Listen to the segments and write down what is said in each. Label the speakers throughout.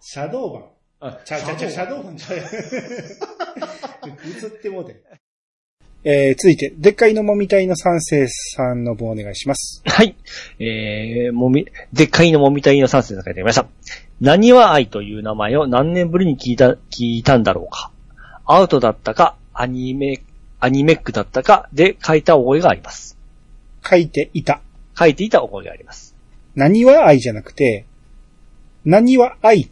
Speaker 1: シャドーバン。
Speaker 2: あ
Speaker 1: ちゃうちゃうちゃう、シャドウフンちゃう。 映ってもうて。えー、続いて、でっかいのもみたいの三世さんの棒お願いします。
Speaker 3: はい。えー、もみ、でっかいのもみたいの3世さんからいただきました。何は愛という名前を何年ぶりに聞いた、聞いたんだろうか。アウトだったか、アニメ、アニメックだったかで書いた覚えがあります。
Speaker 1: 書いていた。
Speaker 3: 書いていた覚えがあります。
Speaker 1: 何は愛じゃなくて、何は愛、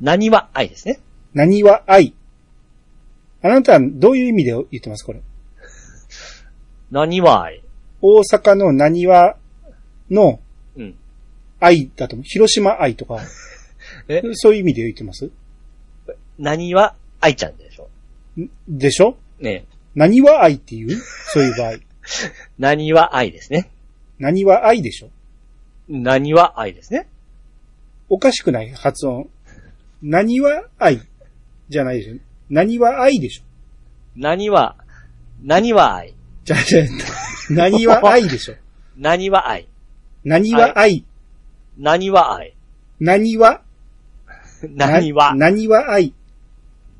Speaker 3: 何は愛ですね。
Speaker 1: 何は愛。あなたはどういう意味で言ってますこれ。
Speaker 3: 何は愛。
Speaker 1: 大阪の何はの
Speaker 3: うん。
Speaker 1: 愛だと思う。広島愛 とか、
Speaker 3: え
Speaker 1: そういう意味で言ってます
Speaker 3: 何は愛ちゃんでしょ。
Speaker 1: んでしょ
Speaker 3: ね
Speaker 1: 何は愛っていうそういう場合。
Speaker 3: 何は愛ですね。
Speaker 1: 何は愛でしょ
Speaker 3: 何は愛ですね。
Speaker 1: おかしくない発音。何は愛じゃないでしょ。何は愛でしょ。
Speaker 3: 何は、何は愛。
Speaker 1: じゃあ、じゃあ、何は愛でしょ。
Speaker 3: 何は愛。
Speaker 1: 何は愛。
Speaker 3: 何は愛。
Speaker 1: 何は、な
Speaker 3: 何は、
Speaker 1: 何は愛。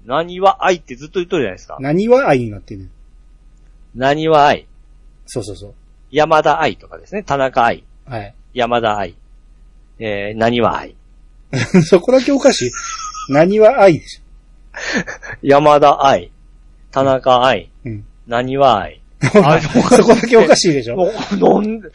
Speaker 3: 何は愛ってずっと言っとるじゃないですか。
Speaker 1: 何は愛になってる。
Speaker 3: 何は愛。
Speaker 1: そうそうそう。
Speaker 3: 山田愛とかですね。田中愛。
Speaker 1: はい。
Speaker 3: 山田愛。えー、何は愛。
Speaker 1: そこだけおかしい。何は愛でしょ。
Speaker 3: 山田愛。田中愛。
Speaker 1: うん。
Speaker 3: 何は愛。あ
Speaker 1: そこだけおかしいでしょ。
Speaker 3: おなんでびっ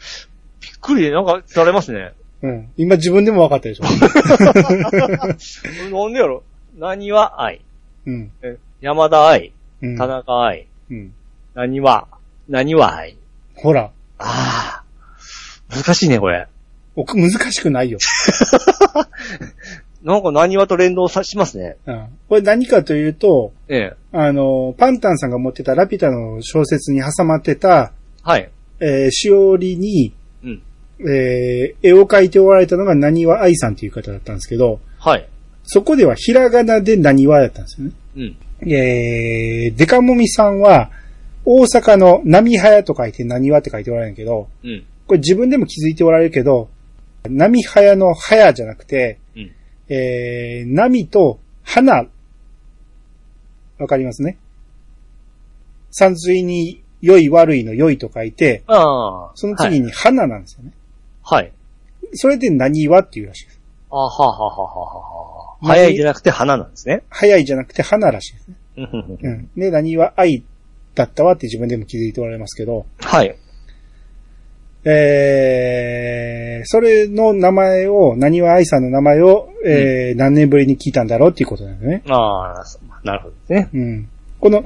Speaker 3: くりで、なんか、されますね。
Speaker 1: うん。今自分でも分かったでしょ。
Speaker 3: なんでやろ何は愛。
Speaker 1: うん。
Speaker 3: え山田愛。
Speaker 1: うん。
Speaker 3: 田中愛。
Speaker 1: うん。
Speaker 3: 何は、何は愛。
Speaker 1: ほら、
Speaker 3: ああ。難しいね、これ。
Speaker 1: おく難しくないよ。
Speaker 3: なんか何はと連動さしますね。
Speaker 1: うん。これ何かというと、
Speaker 3: ええ。
Speaker 1: あの、パンタンさんが持ってたラピュタの小説に挟まってた、
Speaker 3: はい。
Speaker 1: えーしおりに、
Speaker 3: うん
Speaker 1: えー絵を描いておられたのが何は愛さんという方だったんですけど、
Speaker 3: はい。
Speaker 1: そこではひらがなで何はだったんですよね。
Speaker 3: うん。
Speaker 1: えー、デカモミさんは、大阪の波早と書いて何はって書いておられるんやけど、
Speaker 3: うん。
Speaker 1: これ自分でも気づいておられるけど、波早の早じゃなくて、
Speaker 3: うん
Speaker 1: えー、波と花、わかりますね。山水に良い悪いの良いと書いて、
Speaker 3: ああ。
Speaker 1: その次
Speaker 3: に。
Speaker 1: に花なんですよね。
Speaker 3: はい。
Speaker 1: それで何はっていうらしいです。
Speaker 3: あはははははは。早いじゃなくて花なんですね。
Speaker 1: 早いじゃなくて花らしいですね。
Speaker 3: うんうん
Speaker 1: う
Speaker 3: うん
Speaker 1: ん。で、何は愛だったわって自分でも気づいておられますけど、
Speaker 3: はい。
Speaker 1: えー、それの名前を、何は愛さんの名前を、えー何年ぶりに聞いたんだろうっていうことなんですね。
Speaker 3: ああ、そなるほどですね。
Speaker 1: うん。この、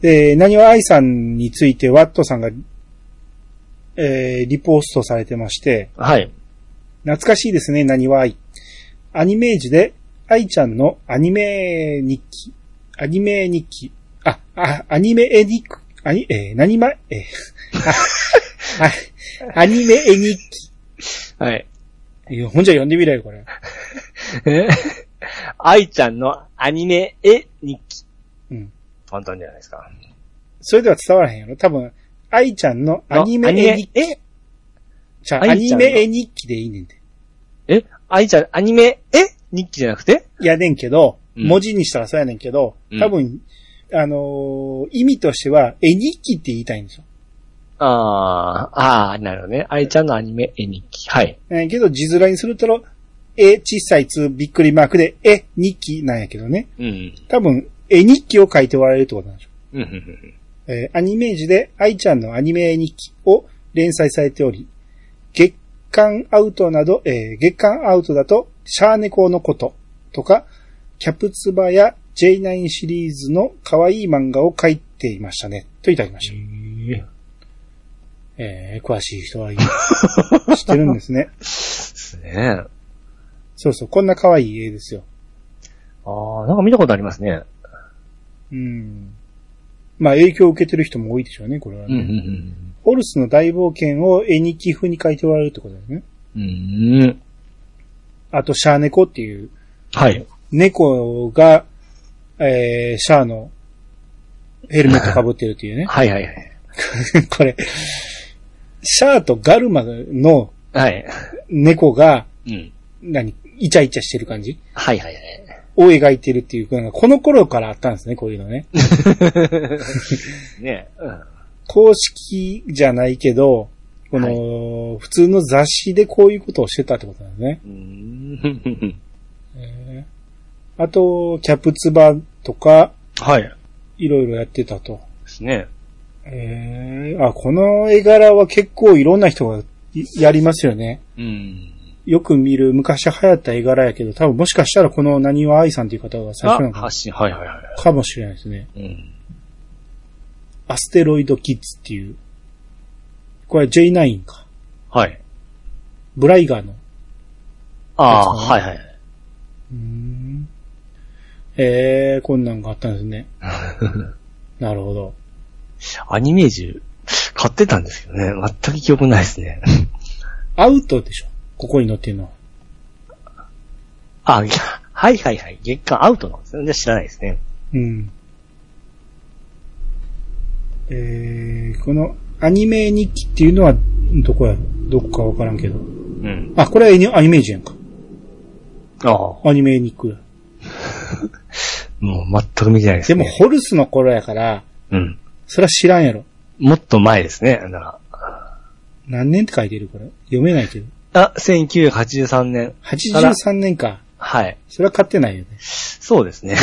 Speaker 1: えー、何は愛さんについてワットさんが、えーリポストされてまして、
Speaker 3: はい。
Speaker 1: 懐かしいですね、何は愛。アニメージュで、愛ちゃんのアニメ日記、アニメ日記、あ、あ、アニメ絵日記、アニ、えー何ま、えー ああアニメ絵日
Speaker 3: はい。
Speaker 1: 記。いやほんじゃ読んでみろよ、これ。
Speaker 3: え愛ちゃんのアニメ絵日記。
Speaker 1: うん。
Speaker 3: 簡単じゃないですか。
Speaker 1: それでは伝わらへんやろ。多分、愛ちゃんのアニメ絵日記。
Speaker 3: え
Speaker 1: じゃあア
Speaker 3: 愛ち
Speaker 1: ニ
Speaker 3: ゃんの
Speaker 1: メ絵日記でいいねんて。
Speaker 3: え愛ちゃん、アニメ絵日記じゃなくて
Speaker 1: やねんけど、
Speaker 3: うん
Speaker 1: 文字にしたらそうやねんけど、
Speaker 3: うん
Speaker 1: 多分、あのー意味としては、絵日記って言いたいんですよ。
Speaker 3: ああ、ああ、なるほどね。愛ちゃんのアニメ絵日記。はい。
Speaker 1: なんやけど、字面にすると、絵小さいつびっくりマークで、絵日記なんやけどね。
Speaker 3: うん。
Speaker 1: 多分、絵日記を書いておられるってことなんでしょう。
Speaker 3: うん、うん、うん。
Speaker 1: えーアニメージで、愛ちゃんのアニメ絵日記を連載されており、月刊アウトなど、えー月刊アウトだと、シャーネコのこととか、キャプツバや J9 シリーズの可愛い漫画を書いていましたね。といただきました。えー詳しい人はいい。 知ってるんですね。
Speaker 3: ですね。
Speaker 1: そうそう、こんな可愛い絵ですよ。
Speaker 3: ああ、なんか見たことありますね。
Speaker 1: うん。まあ影響を受けてる人も多いでしょうね、これは、
Speaker 3: う
Speaker 1: ね
Speaker 3: ん、うん、
Speaker 1: ホルスの大冒険を絵日記風に書いておられるってことだよね。
Speaker 3: うん。うん。
Speaker 1: あと、シャーネコっていう、
Speaker 3: はい。
Speaker 1: 猫が、えー、シャアのヘルメット被ってるっていう ね。
Speaker 3: はいはいはい。
Speaker 1: これ、シャアとガルマの
Speaker 3: はい。
Speaker 1: 猫が、
Speaker 3: うん。
Speaker 1: 何、イチャイチャしてる感じ
Speaker 3: はいはいはい。
Speaker 1: を描いてるっていう、なんかこの頃からあったんですね、こういうのね。
Speaker 3: ねうん。
Speaker 1: 公式じゃないけど、この、普通の雑誌でこういうことをしてたってことなんですね。
Speaker 3: うーん
Speaker 1: えーあと、キャプツバとか、
Speaker 3: はい。で
Speaker 1: いろいろやってたと。
Speaker 3: すね。
Speaker 1: えーあ、この絵柄は結構いろんな人がいやりますよね。
Speaker 3: うん。
Speaker 1: よく見る昔流行った絵柄やけど、多分もしかしたらこの何は愛さんという方が最初な
Speaker 3: あ、
Speaker 1: のか
Speaker 3: 発信、はいはいは
Speaker 1: かもしれないですね。
Speaker 3: い。うん。
Speaker 1: アステロイドキッズっていう。これ J9 か。
Speaker 3: はい。
Speaker 1: ブライガーの。
Speaker 3: ああ、
Speaker 1: ですね
Speaker 3: はいはい。
Speaker 1: うーんえー、こんなんがあったんです ね。なるほど。
Speaker 3: アニメージュ、買ってたんですけどね。全く記憶ないですね。
Speaker 1: アウトでしょここに載ってるのは。
Speaker 3: あ、いやはいはいはい。月間アウトなんですよね。知らないですね。
Speaker 1: うん。えー、このアニメ日記っていうのは、どこやろどこかわからんけど。
Speaker 3: うん。
Speaker 1: あ、これはアニアニメージュやんか。
Speaker 3: ああ。も
Speaker 1: アニメ日記や。
Speaker 3: う全く見てないです
Speaker 1: で
Speaker 3: ね。
Speaker 1: も、ホルスの頃やから、
Speaker 3: うん。
Speaker 1: それは知らんやろ。
Speaker 3: もっと前ですね。だか
Speaker 1: 何年って書いてるこれ。読めないけど。
Speaker 3: ら。あ、1983年。
Speaker 1: 83年か。
Speaker 3: はい。
Speaker 1: それは買ってないよね。
Speaker 3: そうですね。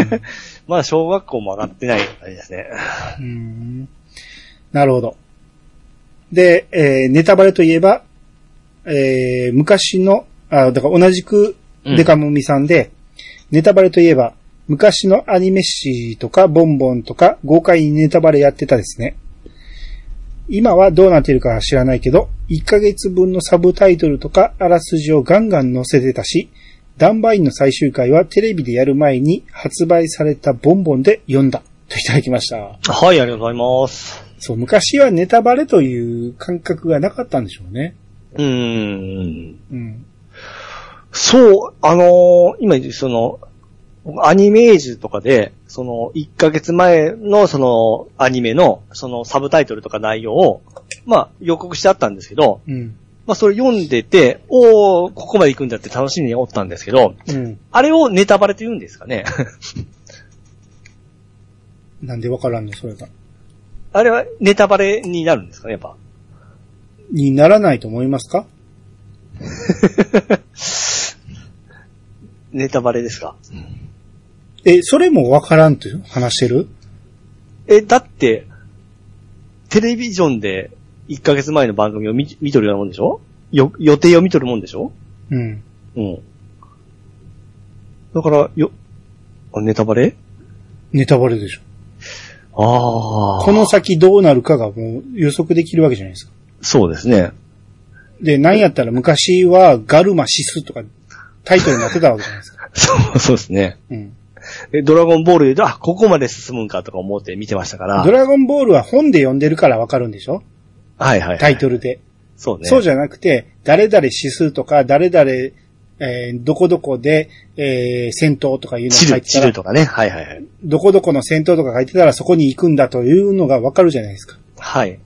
Speaker 3: まだ小学校も上がってないあれですね。
Speaker 1: うーんなるほど。で、えーネタバレといえば、えー昔の、あ、だから同じく
Speaker 3: うん
Speaker 1: デカモミさんで、ネタバレといえば、昔のアニメ誌とか、ボンボンとか、豪快にネタバレやってたですね。今はどうなってるかは知らないけど、1ヶ月分のサブタイトルとか、あらすじをガンガン載せてたし、ダンバインの最終回はテレビでやる前に発売されたボンボンで読んだ、といただきました。
Speaker 3: はい、ありがとうございます。
Speaker 1: そう、昔はネタバレという感覚がなかったんでしょうね。
Speaker 3: うーん。
Speaker 1: うん。
Speaker 3: そう、あのー今、その、アニメージュとかで、その、1ヶ月前の、その、アニメの、その、サブタイトルとか内容を、まあ、予告してあったんですけど、
Speaker 1: うん。
Speaker 3: まあ、それ読んでて、おー、ここまで行くんだって楽しみにおったんですけど、
Speaker 1: うん。
Speaker 3: あれをネタバレと言うんですかね。
Speaker 1: なんでわからんの、それが。
Speaker 3: あれはネタバレになるんですかね、やっぱ。
Speaker 1: にならないと思いますか
Speaker 3: ネタバレですか。
Speaker 1: え、それもわからんと話してる
Speaker 3: え、だって、テレビジョンで1ヶ月前の番組を見見とるようなもんでしょよ、予定を見とるもんでしょ
Speaker 1: うん。
Speaker 3: うん。だから、よ、あネタバレ
Speaker 1: ネタバレでしょ。
Speaker 3: ああ。
Speaker 1: この、先どうなるかがもう予測できるわけじゃないですか。
Speaker 3: そうですね。
Speaker 1: で、なんやったら昔はガルマシスとかタイトルになってたわけじゃないですか。
Speaker 3: そう、そうですね。
Speaker 1: うん。
Speaker 3: えドラゴンボールで、あ、ここまで進むんかとか思って見てましたから。
Speaker 1: ドラゴンボールは本で読んでるからわかるんでしょ
Speaker 3: はいはい。
Speaker 1: タイトルで。
Speaker 3: そうね。
Speaker 1: そうじゃなくて、誰々指数とか、誰々、えーどこどこで、えー戦闘とかいうのを
Speaker 3: チ
Speaker 1: 書い
Speaker 3: ル、
Speaker 1: て
Speaker 3: チ
Speaker 1: た
Speaker 3: ル
Speaker 1: ら、
Speaker 3: とかね。はいはいはい。
Speaker 1: どこどこの戦闘とか書いてたらそこに行くんだというのがわかるじゃないですか。
Speaker 3: はい。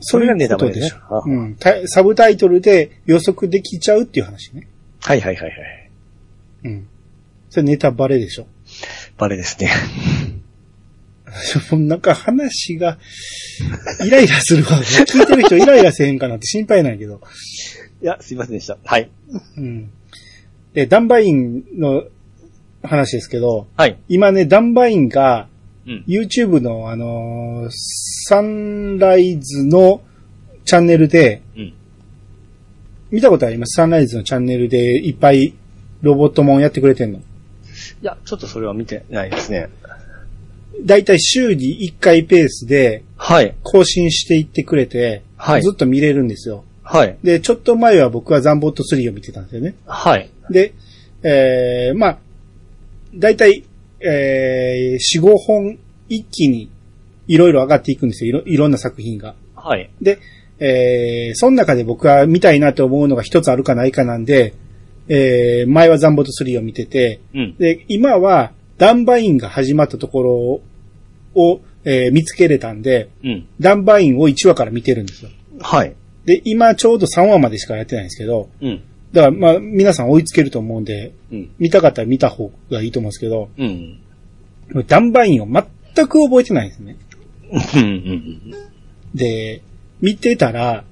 Speaker 3: それがネタバレ
Speaker 1: そう
Speaker 3: で
Speaker 1: いう
Speaker 3: す
Speaker 1: こ
Speaker 3: ね。
Speaker 1: と
Speaker 3: あ
Speaker 1: でしょうん。タサブタイトルで予測できちゃうっていう話ね。
Speaker 3: はいはいはいはい。
Speaker 1: うん。それネタバレでしょ。
Speaker 3: バレですね。
Speaker 1: もうなんか話 が、イライラするわ。聞いてる人イライラせへんかなって心配なんやけど。
Speaker 3: いや、すいませんでした。はい。
Speaker 1: うん。で、ダンバインの話ですけど、
Speaker 3: はい。
Speaker 1: 今ね、ダンバインが、
Speaker 3: うん。
Speaker 1: YouTube のあのーサンライズのチャンネルで、
Speaker 3: うん。
Speaker 1: 見たことありますサンライズのチャンネルでいっぱいロボットもんやってくれてんの。
Speaker 3: いや、ちょっとそれは見てないですね。
Speaker 1: だいたい週に1回ペースで
Speaker 3: はい。
Speaker 1: 更新していってくれて、
Speaker 3: はい
Speaker 1: ずっと見れるんですよ。
Speaker 3: はい。
Speaker 1: で、ちょっと前は僕はザンボット3を見てたんですよね。
Speaker 3: はい。
Speaker 1: で、えー、まあ、だいたい、えー、4、5本一気にいろいろ上がっていくんですよ。いろいろんな作品が。
Speaker 3: はい。
Speaker 1: で、えー、その中で僕は見たいなと思うのが一つあるかないかなんで、えー、前はザンボット3を見てて、
Speaker 3: うん。
Speaker 1: で、今はダンバインが始まったところを、えー見つけれたんで、
Speaker 3: うん。
Speaker 1: ダンバインを1話から見てるんですよ。
Speaker 3: はい。
Speaker 1: で、今ちょうど3話までしかやってないんですけど、
Speaker 3: うん。
Speaker 1: だから、まあ、皆さん追いつけると思うんで、
Speaker 3: うん。
Speaker 1: 見たかったら見た方がいいと思うんですけど、
Speaker 3: うん。
Speaker 1: ダンバインを全く覚えてないんですね。
Speaker 3: うんうん。
Speaker 1: で、見てたら、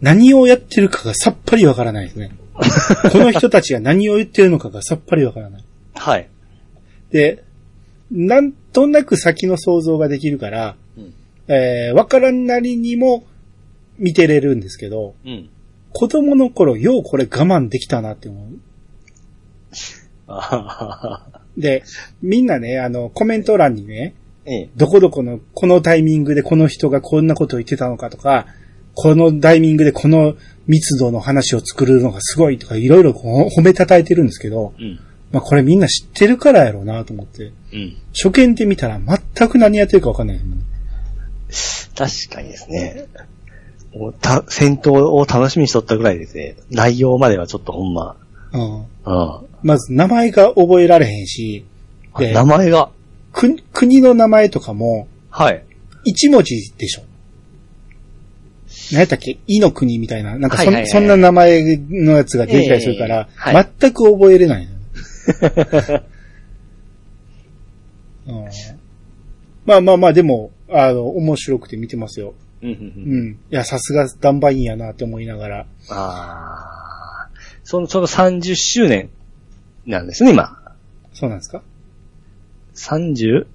Speaker 1: 何をやってるかがさっぱりわからない ですね。この人たちが何を言ってるのかがさっぱりわからない。
Speaker 3: はい。
Speaker 1: で、なんとなく先の想像ができるから、
Speaker 3: うん
Speaker 1: えーわからんなりにも見てれるんですけど、
Speaker 3: うん。
Speaker 1: 子供の頃、ようこれ我慢できたなって思う。
Speaker 3: あははは。
Speaker 1: で、みんなね、あの、コメント欄にね、
Speaker 3: ええ。
Speaker 1: どこどこの、このタイミングでこの人がこんなことを言ってたのかとか、このタイミングでこの密度の話を作るのがすごいとか、いろいろこう褒めたたえてるんですけど、
Speaker 3: うん。
Speaker 1: まあこれみんな知ってるからやろうなと思って、
Speaker 3: うん。
Speaker 1: 初見で見たら全く何やってるかわかんない。
Speaker 3: 確かにですね。もうた、戦闘を楽しみにしとったぐらいですね。内容まではちょっとほんま。
Speaker 1: うん
Speaker 3: う
Speaker 1: まず名前が覚えられへんし、
Speaker 3: ん。
Speaker 1: で
Speaker 3: 名前が、
Speaker 1: く国の名前とかも、
Speaker 3: はい。
Speaker 1: 一文字でしょ。何やったっけイの国みたいな。なんかそ,、
Speaker 3: はいはいはい
Speaker 1: そんな名前のやつが出てきたりするから、
Speaker 3: ええは
Speaker 1: 全く覚えれないのよ、 うんまあまあまあ、でも、あの、面白くて見てますよ。
Speaker 3: うん、う、
Speaker 1: うん
Speaker 3: うん。
Speaker 1: ん。いや、さすがダンバインやなって思いながら。
Speaker 3: ああ。その、その30周年なんですね、今。
Speaker 1: そうなんですか
Speaker 3: 30?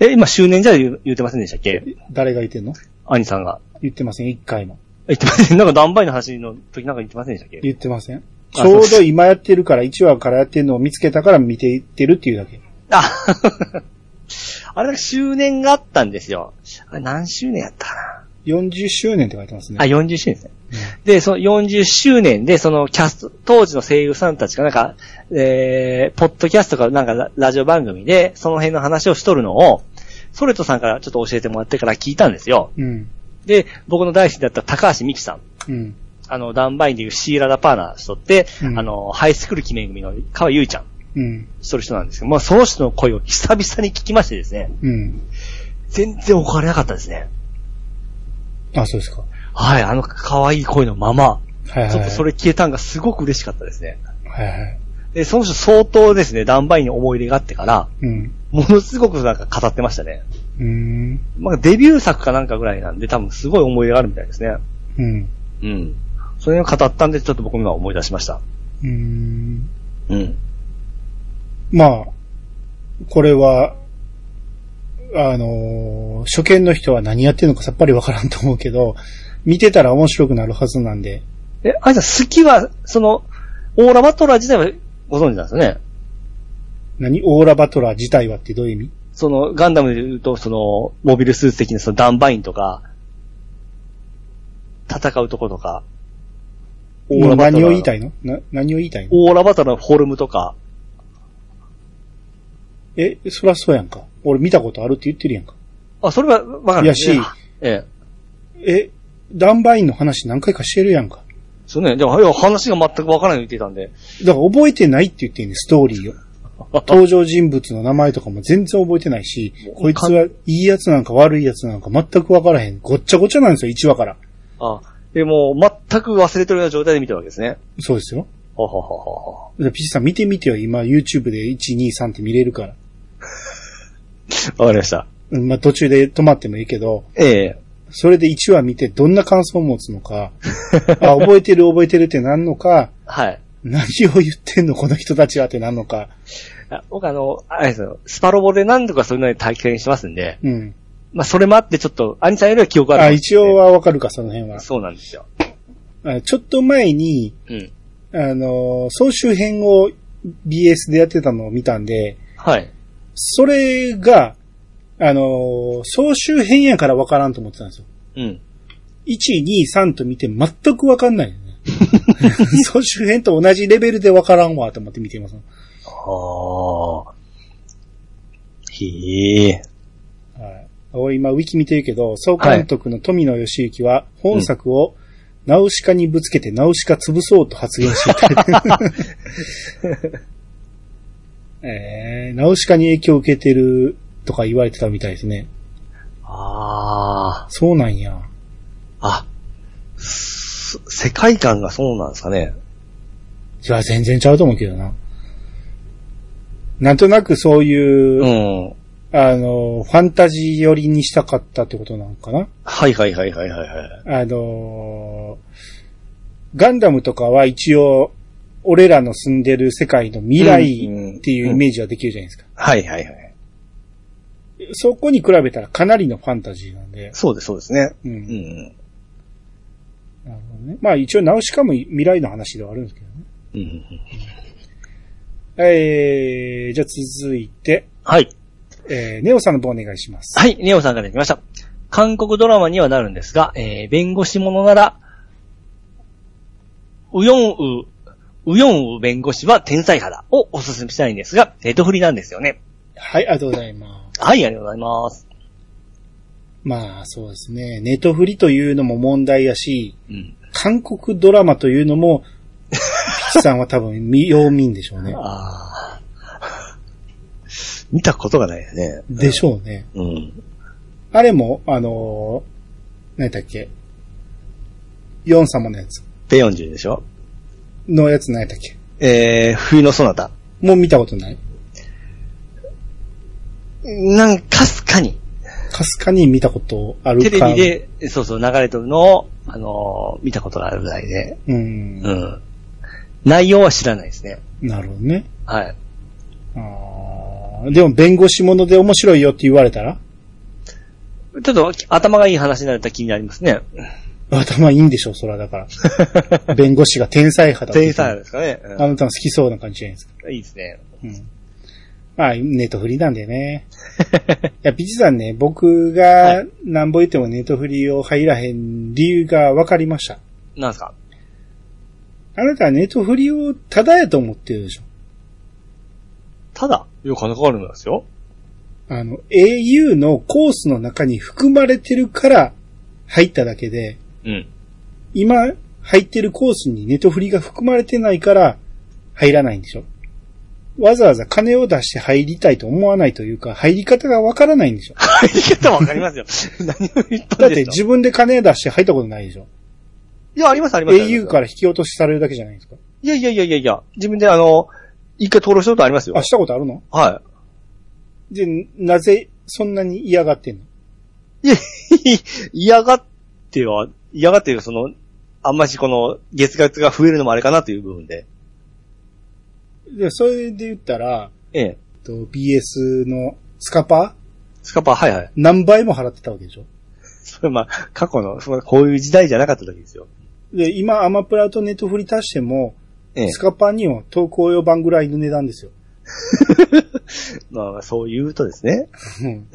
Speaker 3: え、今、周年じゃ言う言うてませんでしたっけ
Speaker 1: 誰が言ってんの
Speaker 3: 兄さんが。
Speaker 1: 言ってません、一回も。
Speaker 3: 言ってません。 なんか、ダンバイの話の時なんか言ってませんでしたっけ
Speaker 1: 言ってません。ち
Speaker 3: あ
Speaker 1: ょう
Speaker 3: そう
Speaker 1: ど今やってるから、1話からやってるのを見つけたから見ていってるっていうだけ。
Speaker 3: あ、 あれだけ周年があったんですよ。あれ何周年やったかな
Speaker 1: 40周年って書いてますね。
Speaker 3: あ、40周年ですね。で、その40周年で、そのキャスト、当時の声優さんたちがなんか、えー、ポッドキャストかなんかララジオ番組で、その辺の話をしとるのを、ソレトさんからちょっと教えてもらってから聞いたんですよ。
Speaker 1: うん。
Speaker 3: で、僕の大好きだった高橋美希さん。
Speaker 1: うん。
Speaker 3: あの、ダンバインでいうシーラ・ラパーナしとって、
Speaker 1: うん
Speaker 3: あの、ハイスクール記念組の川優衣ちゃん
Speaker 1: うん。
Speaker 3: しとる人なんですけど、まあ、その人の声を久々に聞きましてですね、
Speaker 1: うん。
Speaker 3: 全然怒られなかったですね。
Speaker 1: あ、そうですか。
Speaker 3: はい、あの可愛い声のまま、
Speaker 1: はいはい。
Speaker 3: ちょっとそれ消えたんがすごく嬉しかったですね。
Speaker 1: はいはい。
Speaker 3: で、その人相当ですね、ダンバインに思い入れがあってから、
Speaker 1: うん。
Speaker 3: ものすごくなんか語ってましたね。
Speaker 1: うーん。
Speaker 3: まあデビュー作かなんかぐらいなんで、多分すごい思い入れがあるみたいですね。
Speaker 1: うん。
Speaker 3: うん。それを語ったんで、ちょっと僕今思い出しました。
Speaker 1: うーん。
Speaker 3: うん。
Speaker 1: まあ、これは、あのー初見の人は何やってるのかさっぱりわからんと思うけど、見てたら面白くなるはずなんで、
Speaker 3: え、あいさん、好きは、その、オーラバトラー自体はご存知なんですよね。
Speaker 1: 何オーラバトラー自体はってどういう意味
Speaker 3: その、ガンダムで言うと、その、モビルスーツ的なそのダンバインとか、戦うとことか、オーラバトラー
Speaker 1: 何
Speaker 3: の
Speaker 1: を言いたいのな、何を言いたいの
Speaker 3: オーラバトラーのフォルムとか、
Speaker 1: え、そらそうやんか。俺見たことあるって言ってるやんか。
Speaker 3: あ、それはわかるんですね
Speaker 1: いやし、
Speaker 3: ええ。
Speaker 1: え、ダンバインの話何回かしてるやんか。
Speaker 3: そうね。でも、いや話が全くわからないって言ってたんで。
Speaker 1: だから覚えてないって言ってんねんストーリーを。 登場人物の名前とかも全然覚えてないし、こいつはいいやつなんか悪いやつなんか全くわからへん。ごっちゃごちゃなんですよ、1話から。
Speaker 3: あでも、全く忘れてるような状態で見てるわけですね。
Speaker 1: そうですよ。
Speaker 3: はははは。
Speaker 1: でピチさん見てみてよ、今 YouTube で1、2、3って見れるから。
Speaker 3: わかりました。
Speaker 1: うんまあ途中で止まってもいいけど、
Speaker 3: ええ。
Speaker 1: それで1話見てどんな感想を持つの か、あ、覚えてる覚えてるってなんのか、
Speaker 3: はい。
Speaker 1: 何を言ってんのこの人たちはってなんのか。
Speaker 3: あ僕あの、あれですよ、スパロボで何度かそういうのに体験してますんで、
Speaker 1: うん。
Speaker 3: まあそれもあってちょっと、アニさんよりは記憶ある
Speaker 1: あ、
Speaker 3: かもし
Speaker 1: 一
Speaker 3: れない
Speaker 1: 応はわかるか、その辺は。
Speaker 3: そうなんですよ。
Speaker 1: あちょっと前に、
Speaker 3: うん。
Speaker 1: あの、総集編を BS でやってたのを見たんで、
Speaker 3: はい。
Speaker 1: それが、あの、総集編やからわからんと思ってたんですよ。
Speaker 3: うん。
Speaker 1: 1、2、3と見て全くわかんないよね。 総集編と同じレベルでわからんわと思って見てます。
Speaker 3: ああ。へえ。
Speaker 1: はい。俺今ウィキ見てるけど、総監督の富野義行は本作をナウシカにぶつけてナウシカ潰そうと発言していた。 えー、ナウシカに影響を受けてるとか言われてたみたいですね。
Speaker 3: ああ。
Speaker 1: そうなんや。
Speaker 3: あ、す世界観がそうなんですかね。
Speaker 1: いや、全然ちゃうと思うけどな。なんとなくそういう、
Speaker 3: うん。
Speaker 1: あの、ファンタジー寄りにしたかったってことなのかな
Speaker 3: はいはいはいはいはいはい。
Speaker 1: あのーガンダムとかは一応、俺らの住んでる世界の未来っていうイメージはできるじゃないですか。
Speaker 3: はいはいはい。
Speaker 1: そこに比べたらかなりのファンタジーなんで。
Speaker 3: そうですそうですね。
Speaker 1: うん。
Speaker 3: うんうん。
Speaker 1: なるほどね。まあ一応ナウシカも未来の話ではあるんですけどね。
Speaker 3: うんうんうん
Speaker 1: えー、じゃあ続いて、
Speaker 3: はい。
Speaker 1: えー、ネオさんの方お願いします。
Speaker 3: はい、ネオさんから来ました。韓国ドラマにはなるんですが、えー、弁護士ものなら、ウヨンウ、ウヨンウ弁護士は天才肌をおすすめしたいんですが、ネットフリなんですよね。
Speaker 1: はい、ありがとうございます。
Speaker 3: はい、ありがとうございます。
Speaker 1: まあそうですね。ネトフリというのも問題やし、
Speaker 3: うん。
Speaker 1: 韓国ドラマというの も、ピチさんは多分、 み要民でしょうね。
Speaker 3: ああ。 見たことがないよね。
Speaker 1: でしょうね。
Speaker 3: うん。
Speaker 1: あれも、あのー、何だっけ。ヨン様のやつ。
Speaker 3: ペヨンジュンでしょ
Speaker 1: のやつ何だっけ。
Speaker 3: えー、冬のソナタ。
Speaker 1: もう見たことない。
Speaker 3: なんか、かすかに、
Speaker 1: かすかに見たことあるか。
Speaker 3: テレビ。で、そうそう、流れとるのを、あのー見たことがあるぐらいで。
Speaker 1: うん。
Speaker 3: うん。内容は知らないですね。
Speaker 1: なるほどね。
Speaker 3: はい。
Speaker 1: あーでも、弁護士もので面白いよって言われたら
Speaker 3: ちょっと頭がいい話になると気になりますね。
Speaker 1: 頭いいんでしょ、そらだ から。弁護士が天才派だって言
Speaker 3: 天
Speaker 1: ってた
Speaker 3: 才ですかね。うん
Speaker 1: あなたの好きそうな感じじゃないですか。
Speaker 3: いいですね。
Speaker 1: うん。まあ、ネットフリなんでね。いや、ピチさんね、僕がなんぼ言ってもネットフリを入らへん理由が分かりました。
Speaker 3: なんですか
Speaker 1: あなたはネットフリをただやと思ってるでしょ。
Speaker 3: ただ、よ、金かかるんですよ。
Speaker 1: あの、au のコースの中に含まれてるから入っただけで、
Speaker 3: うん。
Speaker 1: 今入ってるコースにネットフリが含まれてないから入らないんでしょ。わざわざ金を出して入りたいと思わないというか、入り方がわからないんでしょ。
Speaker 3: 入り方わかりますよ。何を言った
Speaker 1: だ
Speaker 3: ん
Speaker 1: っ
Speaker 3: で
Speaker 1: て
Speaker 3: すか
Speaker 1: 自分で金出して入ったことないでしょ。
Speaker 3: いや、ありますあります。。
Speaker 1: au からら引き落としされるだけじゃないですか。
Speaker 3: いやいやいやいやいや、自分であの、一回登録したことありますよ
Speaker 1: あ、。したことあるの
Speaker 3: は
Speaker 1: で、なぜそんなに嫌がってんの
Speaker 3: い。い や、嫌がっては、嫌がってる、その、あんましこの、月額が増えるのもあれかなという部分で。
Speaker 1: で、それで言ったら、
Speaker 3: ええ。
Speaker 1: えっと BS のスカパー
Speaker 3: スカパー、はいはい。
Speaker 1: 何倍も払ってたわけでしょ。
Speaker 3: それまあ、過去の、そのこういう時代じゃなかった時ですよ。
Speaker 1: で、今アマプラとネットフリ足しても、
Speaker 3: ええ
Speaker 1: スカパーには投稿用版ぐらいの値段ですよ。
Speaker 3: まあ、そう言うとですね、
Speaker 1: うん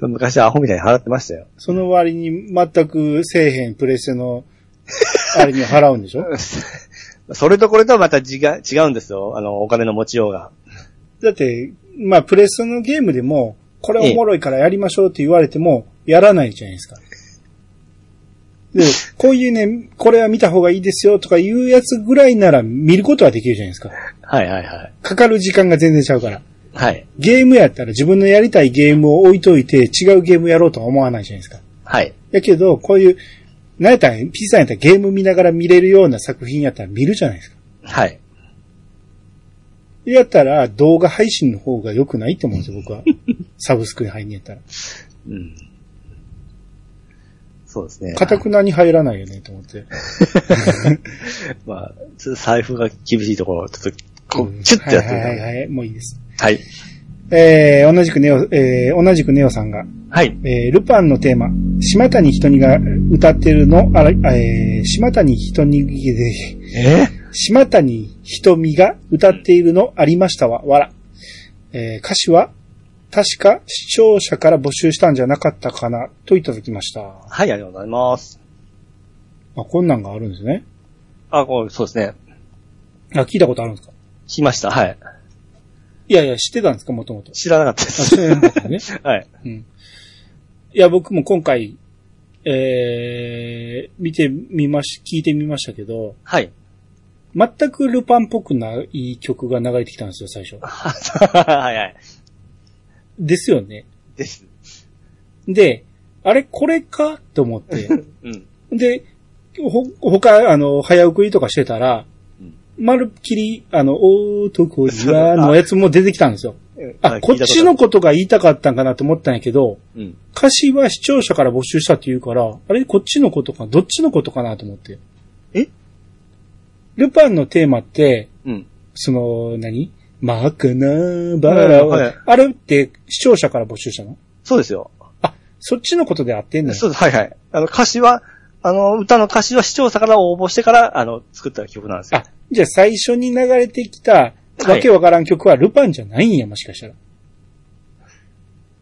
Speaker 3: 昔アホみたいに払ってましたよ。
Speaker 1: その割に全くせえへんプレステの、あれに払うんでしょ
Speaker 3: それとこれとはまた違う違うんですよ。あの、お金の持ちようが。
Speaker 1: だって、まあプレステのゲームでも、これおもろいからやりましょうって言われても、やらないじゃないですか。で、こういうね、これは見た方がいいですよとかいうやつぐらいなら見ることはできるじゃないですか。
Speaker 3: はいはいはい。
Speaker 1: かかる時間が全然ちゃうから。
Speaker 3: はい。
Speaker 1: ゲームやったら自分のやりたいゲームを置いといて違うゲームやろうとは思わないじゃないですか。
Speaker 3: はい。
Speaker 1: やけど、こういう、なんやったら、P さんやったらゲーム見ながら見れるような作品やったら見るじゃないですか。
Speaker 3: はい。
Speaker 1: やったら動画配信の方が良くないと思うんですよ、僕 は。サブスクに入んねやったら。
Speaker 3: うん。そうですね。
Speaker 1: かたくなに入らないよね、と思って。
Speaker 3: まあ、ちょっと財布が厳しいところ、ちょっと、こ
Speaker 1: うん
Speaker 3: う、チュッてやって
Speaker 1: はいはい
Speaker 3: る。
Speaker 1: はいはい、もういいです。
Speaker 3: はい。
Speaker 1: えー、同じくネオ、えー、同じくネオさんが、
Speaker 3: はい。
Speaker 1: えー、ルパンのテーマ、島谷ひとにが歌ってるの、あら、えー、島谷ひとにで、
Speaker 3: え
Speaker 1: 島谷ひとみが歌っているのありましたわ、わら。えー歌詞は、確か視聴者から募集したんじゃなかったかな、といただきました。あ、
Speaker 3: はい、ありがとうございます。
Speaker 1: こんなんがあるんですね。
Speaker 3: あ、こう、そうですね。
Speaker 1: あ、聞いたことあるんですか
Speaker 3: 来ました。はい。
Speaker 1: いやいや、知ってたんですか、もともと。
Speaker 3: 知らなかった で
Speaker 1: あ知らなかったね
Speaker 3: す。はい。
Speaker 1: うん。いや、僕も今回、えー、見てみまし、聞いてみましたけど、
Speaker 3: はい。
Speaker 1: 全くルパンっぽくない曲が流れてきたんですよ、最初。
Speaker 3: はいはい。
Speaker 1: ですよね。
Speaker 3: です。
Speaker 1: で、あれ、これかと思って。
Speaker 3: うん。
Speaker 1: で、ほ、他、あの、早送りとかしてたら
Speaker 3: うん、
Speaker 1: まるっきり、あの、男にはのやつも出てきたん ですよ。あ、こっちの
Speaker 3: 聞いた
Speaker 1: ことが言いたかったんかなと思ったんやけど、
Speaker 3: とある、うん。
Speaker 1: 歌詞は視聴者から募集したって言うから、あれこっちのことか、どっちのことかなと思って。
Speaker 3: え
Speaker 1: ルパンのテーマって、
Speaker 3: うん。
Speaker 1: その、何マークなバラ
Speaker 3: はいはい
Speaker 1: は、あれって視聴者から募集したの
Speaker 3: そうですよ。
Speaker 1: そっちのことで合ってんのよ
Speaker 3: そうです。はいはい。あの、歌詞は、あの、歌の歌詞は視聴者から応募してから、あの、作った曲なんですよ
Speaker 1: あ。、じゃあ最初に流れてきた、
Speaker 3: い
Speaker 1: わけわからん曲はルパンじゃないんや、もしかしたら。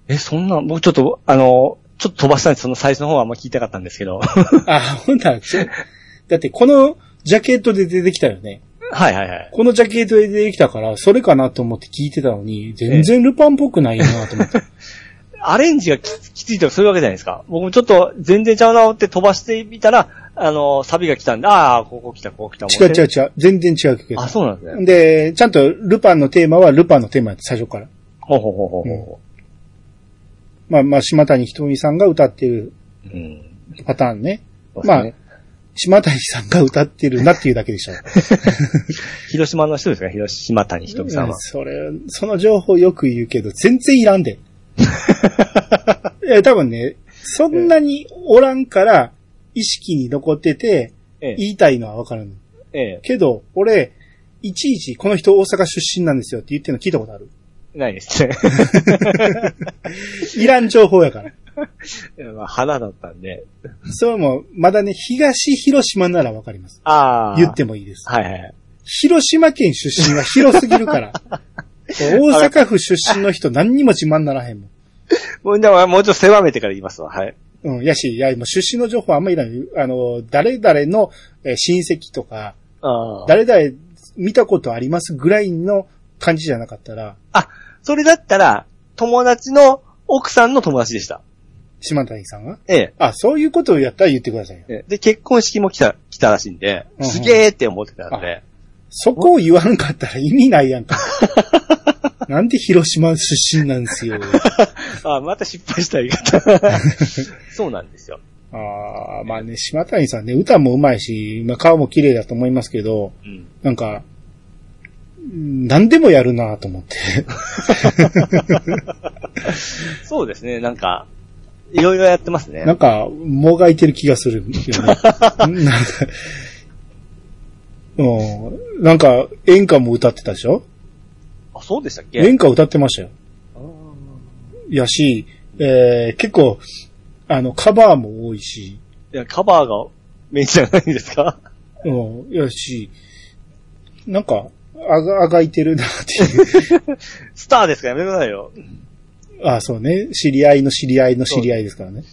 Speaker 3: え、そんな、僕ちょっと、あの、ちょっと飛ばしたんです。その最初の方はあんま聞いたかったんですけど。 は
Speaker 1: あ、ほんなら、そうだってこのジャケットで出てきたよね。
Speaker 3: いはいはい。
Speaker 1: このジャケットで出てきたから、それかなと思って聞いてたのに、全然ルパンっぽくないなと思って。
Speaker 3: アレンジがききついとかそういうわけじゃないですか。僕もちょっと全然ちゃうなって飛ばしてみたら、あの、サビが来たんで、ああ、ここ来た、ここ来た。
Speaker 1: 違う違う違う。全然違う曲や
Speaker 3: あ、
Speaker 1: っ
Speaker 3: そうなんです
Speaker 1: た
Speaker 3: ね。
Speaker 1: で、ちゃんとルパンのテーマはルパンのテーマやった、最初から。
Speaker 3: ほうほうほうほうほ
Speaker 1: まあまあ、島谷ひとみさんが歌ってる
Speaker 3: う。うん。
Speaker 1: パターンね。
Speaker 3: そうですね
Speaker 1: 島谷さんが歌ってるなっていうだけでした。
Speaker 3: 広島の人ですね、広島谷ひとみさん
Speaker 1: うん
Speaker 3: は。
Speaker 1: それ、その情報よく言うけど、全然いらん で。え、多分ね、そんなにおらんから、意識に残ってて、
Speaker 3: ええ、
Speaker 1: 言いたいのはわかるの。
Speaker 3: え
Speaker 1: けど、俺、いちいちこの人大阪出身なんですよって言ってるの聞いたことある。
Speaker 3: え、ない ですね。
Speaker 1: いらん情報や から。
Speaker 3: まあ、花だったんで。
Speaker 1: それも、まだね、東広島ならわかります。
Speaker 3: ああ。
Speaker 1: 言ってもいいです。
Speaker 3: はいはい。
Speaker 1: 広島県出身は広すぎる から。大阪府出身の人何にも自慢ならへんもん。
Speaker 3: もう、でも、もうちょっと狭めてから言いますわ。はい。
Speaker 1: うん、やし、いや、もう出身の情報あんまいらない。あの、誰々のえー親戚とか、
Speaker 3: ああ。
Speaker 1: 誰々見たことありますぐらいの感じじゃなかったら、
Speaker 3: それだったら、友達の奥さんの友達でした。
Speaker 1: 島谷さんは
Speaker 3: ええ。
Speaker 1: あ、そういうことをやったら言ってくださいよ。
Speaker 3: ええで、結婚式も来た、来たらしいんで、
Speaker 1: うんうん
Speaker 3: すげーって思ってたんで。
Speaker 1: そこを言わんかったら意味ないやんか。なんで広島出身なんですよ。
Speaker 3: ああ、また失敗した言い 方。そうなんですよ。
Speaker 1: ああ、まあね、島谷さんね、歌も上手いし、まあ顔も綺麗だと思いますけど、
Speaker 3: うん。
Speaker 1: なんか、うん何でもやるなと思って。
Speaker 3: そうですね、なんか、いろいろやってますね。
Speaker 1: なんか、もがいてる気がするよ ね。なんか、うん。なんか、演歌も歌ってたでしょ
Speaker 3: あ、そうでしたっけ
Speaker 1: 演歌歌ってましたよ。
Speaker 3: あー
Speaker 1: やし、えー、結構、あの、カバーも多いし、
Speaker 3: いや、カバーがメインじゃないんですか
Speaker 1: うん、やし、なんか、あが、あがいてるなってい う。
Speaker 3: スターですからやめてくださいよ。
Speaker 1: あ、そうね。知り合いの知り合いの知り合いですからね。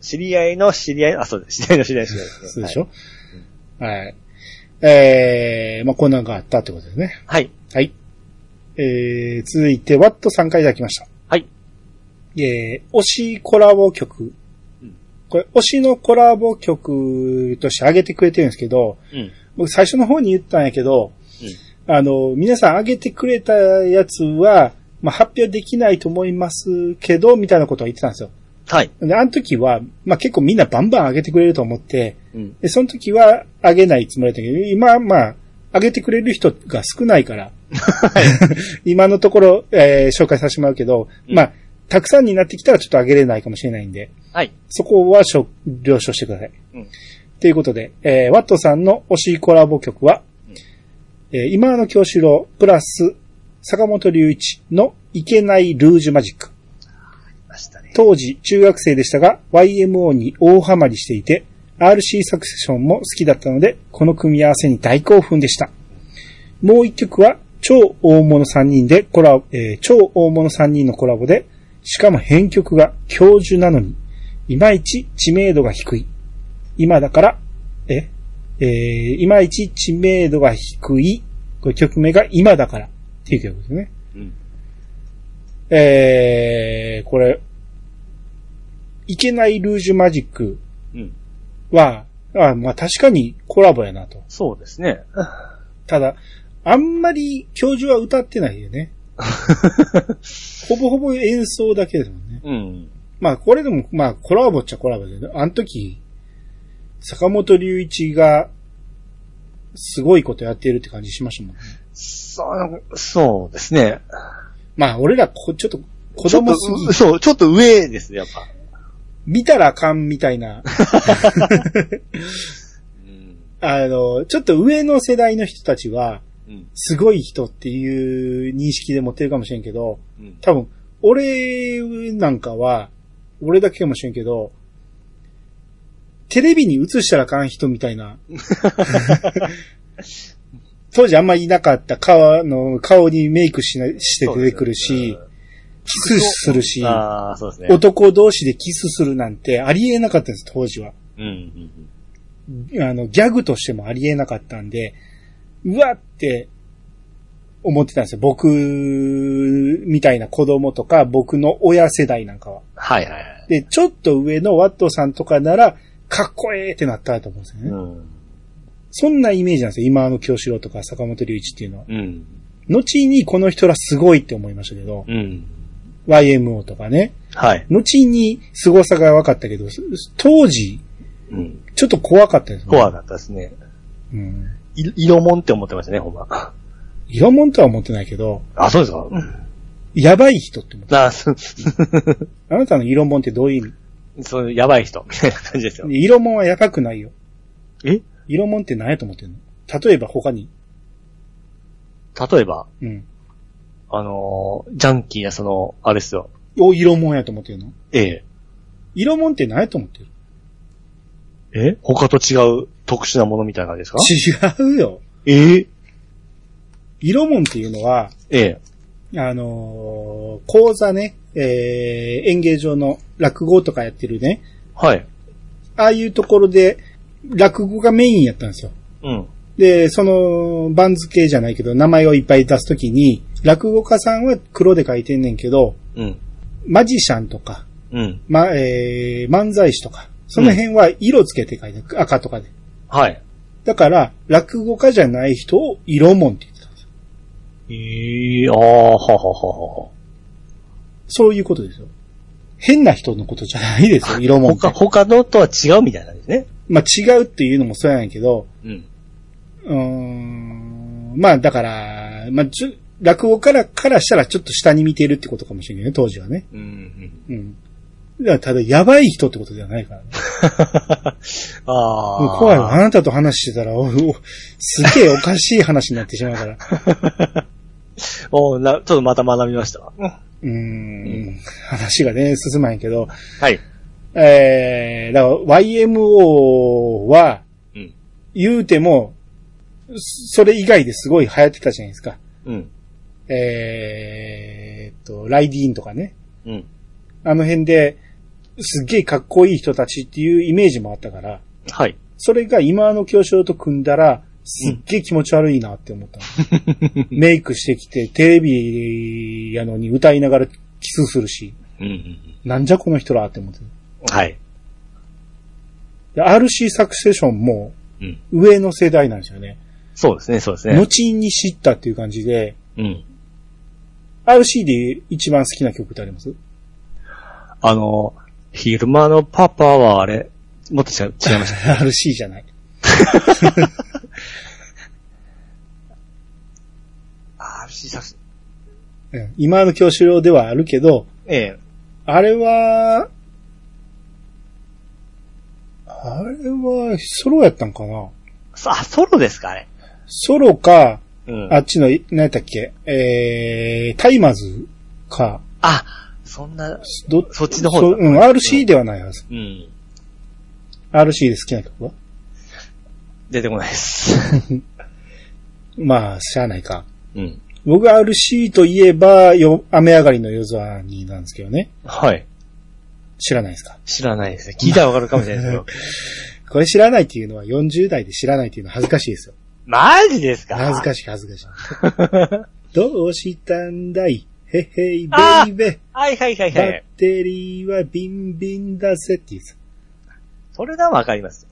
Speaker 3: 知り合いの知り合い、あ、そうです。知り合いの知り合いの知り合いです
Speaker 1: そう
Speaker 3: ね
Speaker 1: でしょ、はい。えー、まあ、こんなんがあったってことですね。
Speaker 3: はい。
Speaker 1: はい。えー、続いて、ワットさんからいただきました。
Speaker 3: はい。
Speaker 1: えー、推しコラボ曲
Speaker 3: うん。
Speaker 1: これ、推しのコラボ曲として上げてくれてるんですけど、
Speaker 3: うん。
Speaker 1: 僕最初の方に言ったんやけど、あの、皆さん上げてくれたやつは、まあ、発表できないと思いますけど、みたいなことを言ってたんですよ。
Speaker 3: はい。
Speaker 1: で、あの時は、まあ、結構みんなバンバン上げてくれると思って、
Speaker 3: うん。
Speaker 1: で、その時は上げないつもりだったけど、今はまあ、上げてくれる人が少ないから、 今のところ、えー紹介させてもらうけど、
Speaker 3: うん
Speaker 1: まあ、たくさんになってきたらちょっと上げれないかもしれないんで、
Speaker 3: はい。
Speaker 1: そこはしょ了承してください。
Speaker 3: うん
Speaker 1: ということで、えーワットさんの推しコラボ曲は、えー今の京志郎プラス坂本隆一のいけないルージュマジック。
Speaker 3: ましたね。
Speaker 1: 当時中学生でしたが YMO に大ハマりしていて RC サクセションも好きだったのでこの組み合わせに大興奮でした。もう一曲は超大物3人でコラボ、えー超大物3人のコラボでしかも編曲が教授なのにいまいち知名度が低い。今だから、ええーいまいち知名度が低い。これ曲名が今だからっていう曲ですね。
Speaker 3: うん。
Speaker 1: えー、これ、いけないルージュマジック
Speaker 3: うん。
Speaker 1: は、あまあ確かにコラボやなと。
Speaker 3: そうです ね。
Speaker 1: ただ、あんまり教授は歌ってないよね。ほぼほぼ演奏だけですもんね。
Speaker 3: うん。
Speaker 1: まあこれでも、まあコラボっちゃコラボだけど、あの時、坂本隆一がすごいことやってるって感じしましたもんね。
Speaker 3: そう、そうですね。
Speaker 1: まあ、俺ら、こ、ちょっと、子供すぎ
Speaker 3: ちょっと、そう、ちょっと上ですね、やっぱ。
Speaker 1: 見たらあかんみたいな、
Speaker 3: うん。
Speaker 1: あの、ちょっと上の世代の人たちは、
Speaker 3: うん。
Speaker 1: すごい人っていう認識で持ってるかもしれんけど、
Speaker 3: うん。
Speaker 1: 多分、俺なんかは、俺だけかもしれんけど、テレビに映したらあかん人みたいな。当時あんまりいなかった顔あの顔にメイクしなして出てくるし、キスするし、
Speaker 3: ああ、そうですね。
Speaker 1: 男同士でキスするなんてありえなかったんです、当時は。
Speaker 3: うんうん
Speaker 1: あの、ギャグとしてもありえなかったんで、うわって思ってたんですよ。僕みたいな子供とか、僕の親世代なんかは。
Speaker 3: はいはいはい。
Speaker 1: で、ちょっと上のワットさんとかなら、かっこええってなったと思うんですよね。
Speaker 3: うん。
Speaker 1: そんなイメージなんですよ。今の京志郎とか坂本龍一っていうのは。
Speaker 3: うん。
Speaker 1: 後にこの人らすごいって思いましたけど、
Speaker 3: うん。
Speaker 1: YMO とかね。
Speaker 3: はい。
Speaker 1: 後に凄さが分かったけど、す当時、
Speaker 3: うん。
Speaker 1: ちょっと怖かったですね。
Speaker 3: 怖かったですね。
Speaker 1: うん。
Speaker 3: い色もんって思ってましたね、ほんま。
Speaker 1: 色もんとは思ってないけど、
Speaker 3: あ、そうですかうん。
Speaker 1: やばい人って思っ
Speaker 3: あ、 そう、
Speaker 1: た。あなたの色もんってどういう意味
Speaker 3: そう、やばい人、みたいな感じですよ。
Speaker 1: 色もんはやばくないよ。
Speaker 3: え
Speaker 1: 色もんって何やと思ってんの例えば他に。
Speaker 3: 例えば、
Speaker 1: うん。
Speaker 3: あのー、ジャンキーな、その、あれですよ。
Speaker 1: お、色もんやと思ってんの
Speaker 3: え
Speaker 1: 色もんって何やと思ってる
Speaker 3: え。え他と違う特殊なものみたいな感じですか
Speaker 1: 違うよ。
Speaker 3: ええ
Speaker 1: 色もんっていうのは、
Speaker 3: ええ。
Speaker 1: あのー講座ね、えー、演芸場の落語とかやってるね、
Speaker 3: はい。
Speaker 1: ああいうところで落語がメインやったんですよ。
Speaker 3: うん。
Speaker 1: で、その、番付じゃないけど、名前をいっぱい出すときに、落語家さんは黒で書いてんねんけど、
Speaker 3: うん。
Speaker 1: マジシャンとか、
Speaker 3: うん。
Speaker 1: ま、えー、漫才師とか、その辺は色つけて書いてる、赤とかで。
Speaker 3: はい。
Speaker 1: だから、落語家じゃない人を色もんって言ってたんですよ。
Speaker 3: ええああ、はははは。
Speaker 1: そういうことですよ。変な人のことじゃないですよ、色もんって
Speaker 3: 他、。他のとは違うみたいなんですね。
Speaker 1: まあ、違うっていうのもそうやねんけど、
Speaker 3: うん。
Speaker 1: うーん、まあ、だから、まあ、ちょ落語から、からしたらちょっと下に見てるってことかもしれないね、当時はね。
Speaker 3: うんうん。
Speaker 1: うん。だからただ、やばい人ってことじゃないからね。
Speaker 3: ああ。
Speaker 1: もう怖いわ。あなたと話してたら、おおすげえおかしい話になってしまうから。
Speaker 3: おな、ちょっとまた学びました。
Speaker 1: うーん、話がね、進まんやけど、
Speaker 3: はい。
Speaker 1: えー、だから YMO は、
Speaker 3: うん。
Speaker 1: 言うても、それ以外ですごい流行ってたじゃないですか。
Speaker 3: うん。
Speaker 1: えーっと、ライディーンとかね。
Speaker 3: うん。
Speaker 1: あの辺で、すっげえかっこいい人たちっていうイメージもあったから、
Speaker 3: はい。
Speaker 1: それが今の教師と組んだら、すっげえ気持ち悪いなって思ったの、メイクしてきて、テレビやのに歌いながらキスするし、
Speaker 3: うんうん。
Speaker 1: なんじゃこの人らって思って
Speaker 3: はい。
Speaker 1: で RC サクセションも
Speaker 3: うん。
Speaker 1: 上の世代なんですよね。
Speaker 3: そうですね、そうですね。
Speaker 1: 後に知ったっていう感じで、
Speaker 3: うん。
Speaker 1: RC で一番好きな曲ってあります
Speaker 3: あの、昼間のパパはあれ、もっと違う、違いました。
Speaker 1: ?RC じゃない。
Speaker 3: ああ、しさす。
Speaker 1: うん今の教師用ではあるけど、
Speaker 3: ええ。
Speaker 1: あれは、あれはソロやったんかな
Speaker 3: さあ、ソロですか、あれ。
Speaker 1: ソロか、
Speaker 3: うん
Speaker 1: あっちの、何やったっけえー、タイマーズか、
Speaker 3: あ、そんな、
Speaker 1: ど
Speaker 3: そっちの方
Speaker 1: そうん、RC ではないはず。
Speaker 3: うん。
Speaker 1: RC で好きな曲は
Speaker 3: 出てこないです。
Speaker 1: まあ、しゃあないか。
Speaker 3: うん。
Speaker 1: 僕は RC といえば、よ、雨上がりの夜空になんですけどね。
Speaker 3: はい。
Speaker 1: 知らないですか
Speaker 3: 知らないですね。聞いたらわかるかもしれないですけど。
Speaker 1: こ れ知らないっていうのは40代で知らないっていうのは恥ずかしいですよ。
Speaker 3: マジですか
Speaker 1: 恥ずか
Speaker 3: しい。
Speaker 1: しい恥ず かしい。どうしたんだいへっへい
Speaker 3: あ
Speaker 1: ベイベ
Speaker 3: はいはいはい
Speaker 1: ー
Speaker 3: は
Speaker 1: バッ
Speaker 3: い。
Speaker 1: テリーはビンビンだぜっていうやつ。
Speaker 3: それならわかります。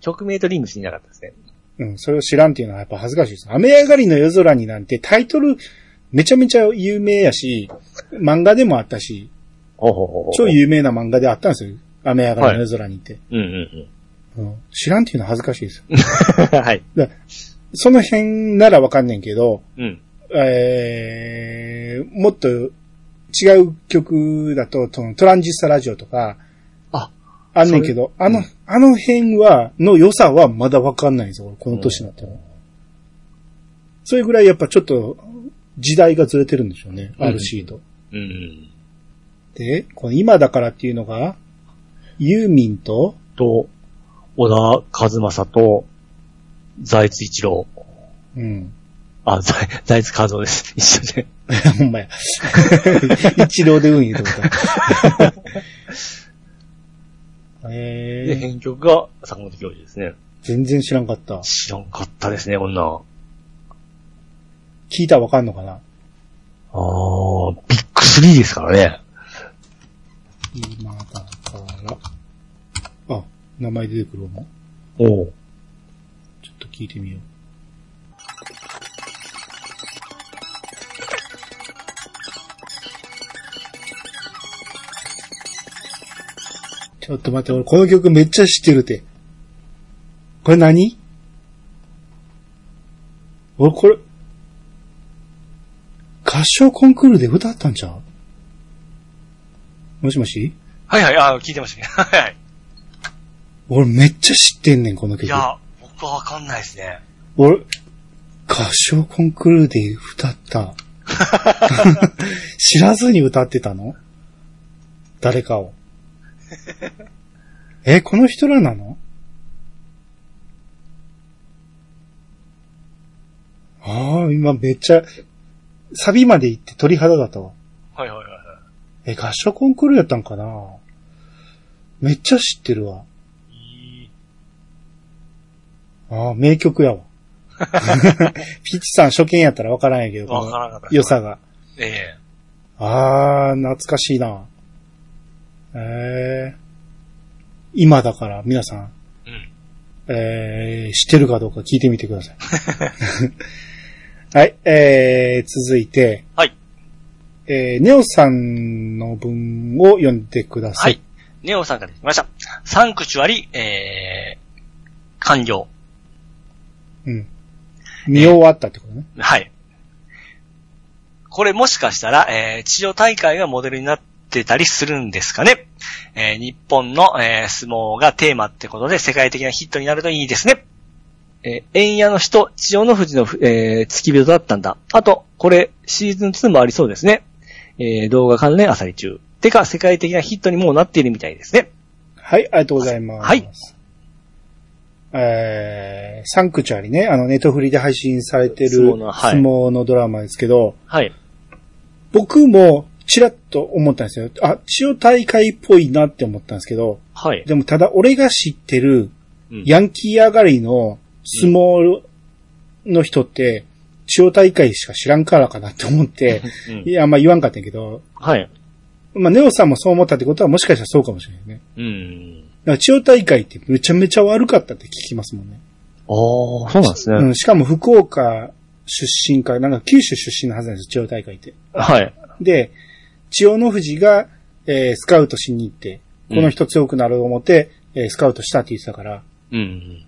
Speaker 3: 曲名とリングしていなかったですね。
Speaker 1: うん、それを知らんっていうのはやっぱ恥ずかしいです。雨上がりの夜空になんてタイトルめちゃめちゃ有名やし、漫画でもあったし、
Speaker 3: ほうほうほうほう。
Speaker 1: 超有名な漫画であったんですよ。雨上がりの夜空にって。
Speaker 3: うんうんうん。
Speaker 1: うん知らんっていうのは恥ずかしいですよ。
Speaker 3: はい。
Speaker 1: その辺ならわかんねんけど、
Speaker 3: うん。
Speaker 1: えー、もっと違う曲だと、そのトランジスタラジオとか、
Speaker 3: あ、
Speaker 1: あんねんけど、あの、あの辺は、の良さはまだわかんないんですよ、俺この年になっても。それぐらいやっぱちょっと、時代がずれてるんでしょうね、
Speaker 3: うん
Speaker 1: RC と。
Speaker 3: うん。
Speaker 1: で、この今だからっていうのが、ユーミンと、
Speaker 3: と、小田和正と、財津一郎。
Speaker 1: うん。
Speaker 3: あ、財財津和夫です。 一緒で。
Speaker 1: ほんまや。 一郎で運言うてこと。え
Speaker 3: で、
Speaker 1: ー、
Speaker 3: 編曲が坂本教授ですね。
Speaker 1: 全然知らんかった。
Speaker 3: 知らんかったですね、こんなん。
Speaker 1: 聞いたらわかんのかな
Speaker 3: あー、ビッグスリーですからね。
Speaker 1: 今だから。あ、名前出てくるもん。
Speaker 3: おう
Speaker 1: ちょっと聞いてみよう。ちょっと待って、俺この曲めっちゃ知ってるて。これ何俺これ、合唱コンクールで歌ったんちゃうもしもし
Speaker 3: はいはい、あー聞いてましたね。 はいはい。
Speaker 1: 俺めっちゃ知ってんねん、この曲。
Speaker 3: いや、僕はわかんないですね。
Speaker 1: 俺、合唱コンクールで歌った。 知らずに歌ってたの誰かを。 え、この人らなのああ、今めっちゃ、サビまで行って鳥肌だったわ。
Speaker 3: はいはいはいは
Speaker 1: え、
Speaker 3: い。
Speaker 1: 合唱コンクールやったんかなめっちゃ知ってるわ。
Speaker 3: いい
Speaker 1: ああ、名曲や わ。ピッチさん初見やったらわからんやけど、
Speaker 3: わからなかったで
Speaker 1: 良
Speaker 3: す
Speaker 1: さが。
Speaker 3: え
Speaker 1: ああ、懐かしいな。ええ今だから皆さん、
Speaker 3: えうん。
Speaker 1: えー、知ってるかどうか聞いてみてください。 はい、えー、続いて、
Speaker 3: はい。
Speaker 1: えー、ネオさんの文を読んでくださ。
Speaker 3: はいい。ネオさんからいただきました。サンクチュアリ、えー、完了。
Speaker 1: うん。見終わったってことね。
Speaker 3: はい。これもしかしたら、えー、地上大会がモデルになってたりするんですかね。えー、日本の、えー、相撲がテーマってことで世界的なヒットになるといいですね。えー、円屋の人、地上の富士の、えー、付き人だったんだ。あと、これ、シーズン2もありそうですね。えー、動画関連あさり中。てか、世界的なヒットにもうなっているみたいですね。
Speaker 1: はい、ありがとうございます。
Speaker 3: はい。
Speaker 1: えー、サンクチュアリね、あの、ネットフリで配信されてる
Speaker 3: 相撲のはい
Speaker 1: 相撲のドラマですけど、
Speaker 3: はい。
Speaker 1: 僕もちらっと思ったんですよ。あ、千代大会っぽいなって思ったんですけど、
Speaker 3: はい。
Speaker 1: でもただ俺が知ってる
Speaker 3: うん
Speaker 1: ヤンキー上がりの相撲の人って、千代大会しか知らんからかなって思って、
Speaker 3: うん
Speaker 1: いや、あんま言わんかったんやけど、
Speaker 3: はい。
Speaker 1: まあ、ネオさんもそう思ったってことはもしかしたらそうかもしれないね。
Speaker 3: うん。
Speaker 1: だから千代大会ってめちゃめちゃ悪かったって聞きますもんね。
Speaker 3: ああ、そうなんですね。
Speaker 1: うん、しかも福岡出身か、なんか九州出身のはずなんですよ、千代大会って。
Speaker 3: はい。
Speaker 1: で、千代の富士が、えースカウトしに行って、この人強くなると思って、えースカウトしたって言ってたから、
Speaker 3: うん。
Speaker 1: い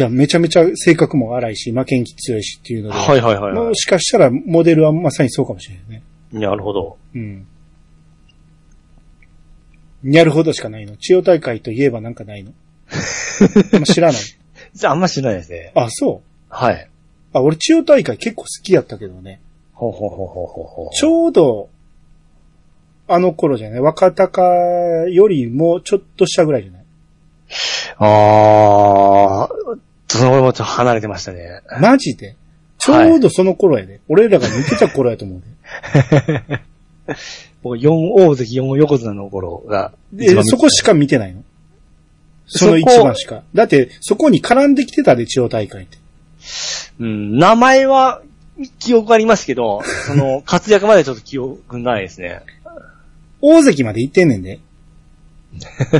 Speaker 1: や、めちゃめちゃ性格も荒いし、負けん気強いしっていうので、
Speaker 3: はいはいはい、は
Speaker 1: もしかしたらモデルはまさにそうかもしれないね。
Speaker 3: い。なるほど。
Speaker 1: うん。にゃるほどしかないの。千代大会といえばなんかないの。あんま知 らない。
Speaker 3: じゃあ、あんま知らないですね。
Speaker 1: あ、そう。
Speaker 3: はい。
Speaker 1: あ、俺千代大会結構好きやったけどね。
Speaker 3: ほうほうほうほうほうほう。
Speaker 1: ちょうど、あの頃じゃない若鷹よりもちょっとしたぐらいじゃない
Speaker 3: あー、その俺もちょっと離れてましたね。
Speaker 1: マジでちょうどその頃やで。俺らが抜けた頃やと思う
Speaker 3: 僕、4大関、4横綱の頃が。
Speaker 1: で。で、そこし
Speaker 3: か。
Speaker 1: か見てないのその一番しか。だって、そこに絡んできてたで、千代大会って。
Speaker 3: うん、名前は、記憶ありますけ ど、その、活躍までちょっと記憶ないですね。
Speaker 1: 大関まで行ってんねんで。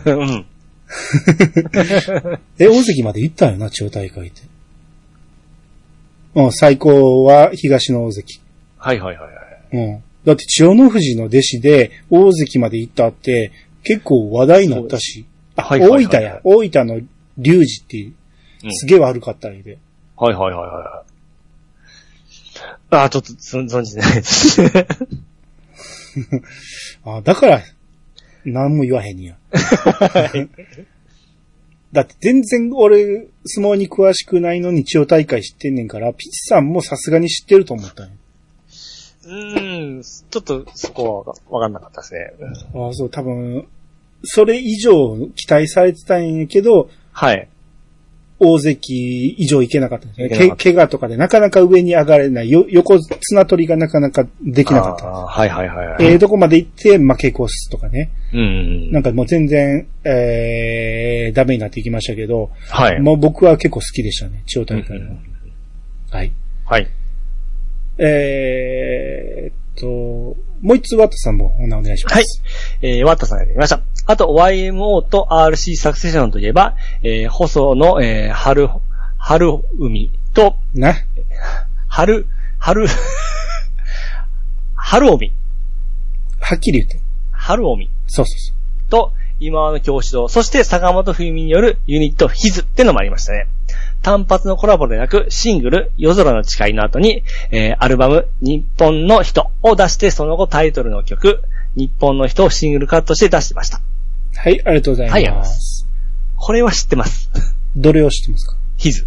Speaker 3: うん。
Speaker 1: え、大関まで行ったんよな、千代大会って。うん、最高は東の大関。
Speaker 3: はいはいはいはい。
Speaker 1: うん。だって千代の富士の弟子で大関まで行ったって、結構話題になったし。
Speaker 3: はいはいは
Speaker 1: 大
Speaker 3: い
Speaker 1: 分や。大分の龍二っていう
Speaker 3: う、ん
Speaker 1: すげえ悪かったんで。
Speaker 3: はいはいはいはい。あー、ちょっと、そ存じてないです。
Speaker 1: あだから、何も言わへん にや。だって全然俺、相撲に詳しくないのに千代大会知ってんねんから、ピッチさんもさすがに知ってると思ったんや。
Speaker 3: うーん、ちょっとそこはわかんなかったですね。
Speaker 1: ああ、そう、多分、それ以上期待されてたんやけど、
Speaker 3: はい。
Speaker 1: 大関以上いけなかったんですね。
Speaker 3: いけなか
Speaker 1: け
Speaker 3: った
Speaker 1: 怪我とかでなかなか上に上がれない。よ横綱取りがなかなかできなかった。
Speaker 3: あーはいはいはいはい。
Speaker 1: ええとこまで行って負け越すとかね。
Speaker 3: うんうんう。
Speaker 1: なんんかもう全然、えー、ダメになっていきましたけど、
Speaker 3: はい。
Speaker 1: もう僕は結構好きでしたね、千代大会
Speaker 3: うんうん
Speaker 1: は
Speaker 3: う。
Speaker 1: はい。
Speaker 3: はい。
Speaker 1: えー、っと、もう一つワットさんもお願いします。
Speaker 3: はい。えー、ワッタさんがやってきました。あと、YMO と RC サクセションといえば、えー、細の、えー、春、春海と、
Speaker 1: な、
Speaker 3: 春、春、 春海、
Speaker 1: はっきり言って。
Speaker 3: 春海
Speaker 1: そうそうそう。
Speaker 3: と、今和の教師堂、そして坂本冬美によるユニットヒズってのもありましたね。単発のコラボでなく、シングル、夜空の誓いの後に、えー、アルバム、日本の人を出して、その後タイトルの曲、日本の人をシングルカットして出してました。
Speaker 1: はい、ありがとうございます。
Speaker 3: はいありがとうございますこれは知ってます。
Speaker 1: どれを知ってますか
Speaker 3: ヒズ。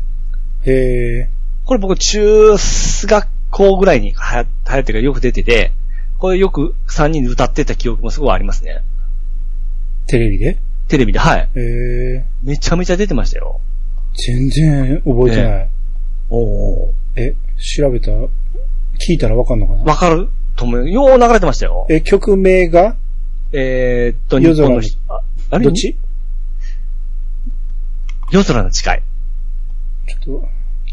Speaker 1: へえ。
Speaker 3: これ僕、中学校ぐらいに流行流行ってるからよく出てて、これよく3人で歌ってた記憶もすごいありますね。
Speaker 1: テレビで
Speaker 3: テレビで、はい。
Speaker 1: へえ。
Speaker 3: めちゃめちゃ出てましたよ。
Speaker 1: 全然覚えてない。
Speaker 3: おお。
Speaker 1: え、調べた聞いたらわかんのかな
Speaker 3: わかると思う。よう流れてましたよ。
Speaker 1: え、曲名が
Speaker 3: えーっと、日
Speaker 1: 夜空
Speaker 3: 本
Speaker 1: の
Speaker 3: の人。ああれ
Speaker 1: どっち
Speaker 3: 夜空の誓い。
Speaker 1: ちょっと、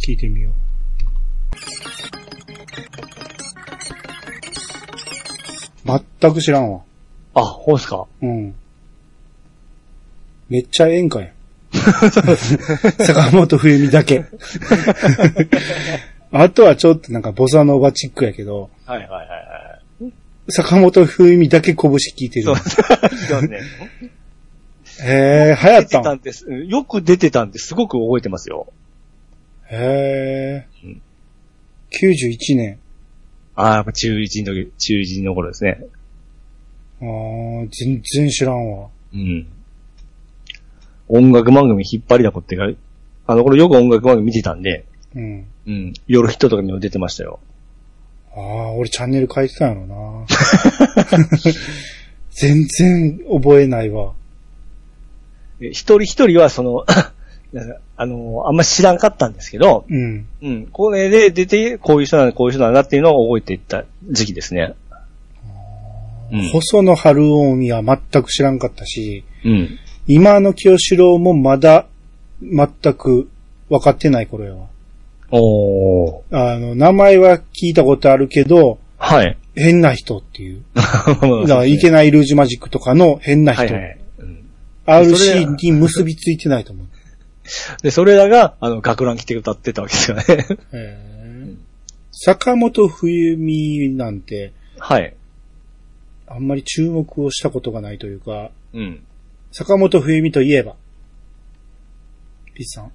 Speaker 1: 聞いてみよう。全く知らんわ。
Speaker 3: あ、ほうです か
Speaker 1: うん。めっちゃ演 歌やん。坂本冬美だ け。あとはちょっとなんかボサノバチックやけど、
Speaker 3: はいはいはいは
Speaker 1: 坂本冬美だけ拳聞いてる
Speaker 3: い。そう。ですね。
Speaker 1: へえ、流行
Speaker 3: 出
Speaker 1: ってた
Speaker 3: た
Speaker 1: ん
Speaker 3: んです。うんよく出てたんですごく覚えてますよ。
Speaker 1: へえ
Speaker 3: うん。
Speaker 1: 91年。
Speaker 3: ああ、やっぱ中1の時、中1の頃ですね。
Speaker 1: あー全然知らんわ。
Speaker 3: うん。音楽番組引っ張りだこってか、あの頃よく音楽番組見てたんで、
Speaker 1: うん。
Speaker 3: うん。夜ヒットとかにも出てましたよ。
Speaker 1: ああ、俺チャンネル変えてたんやろな。 全然覚えないわ。
Speaker 3: え一人一人はその、 なんかあのあんま知らんかったんですけど、
Speaker 1: うん。
Speaker 3: うん。これで出て、こういう人なんだ、こういう人なんだっていうのを覚えていった時期ですね。うん。
Speaker 1: 細野晴臣は全く知らんかったし、
Speaker 3: うん。
Speaker 1: 今の清志郎もまだ全く分かってない頃やわ。
Speaker 3: おー。
Speaker 1: あの、名前は聞いたことあるけど、
Speaker 3: はい。
Speaker 1: 変な人っていう。だから、い
Speaker 3: い
Speaker 1: けないルージュマジックとかの変な人。
Speaker 3: はいはい。うん。
Speaker 1: RC に結びついてないと思う。
Speaker 3: で、それらが、あの、学ラン着て歌ってたわけですよね。
Speaker 1: 坂本冬美なんて、
Speaker 3: はい。
Speaker 1: あんまり注目をしたことがないというか、
Speaker 3: うん。
Speaker 1: 坂本冬美といえば、ピッチさ ん。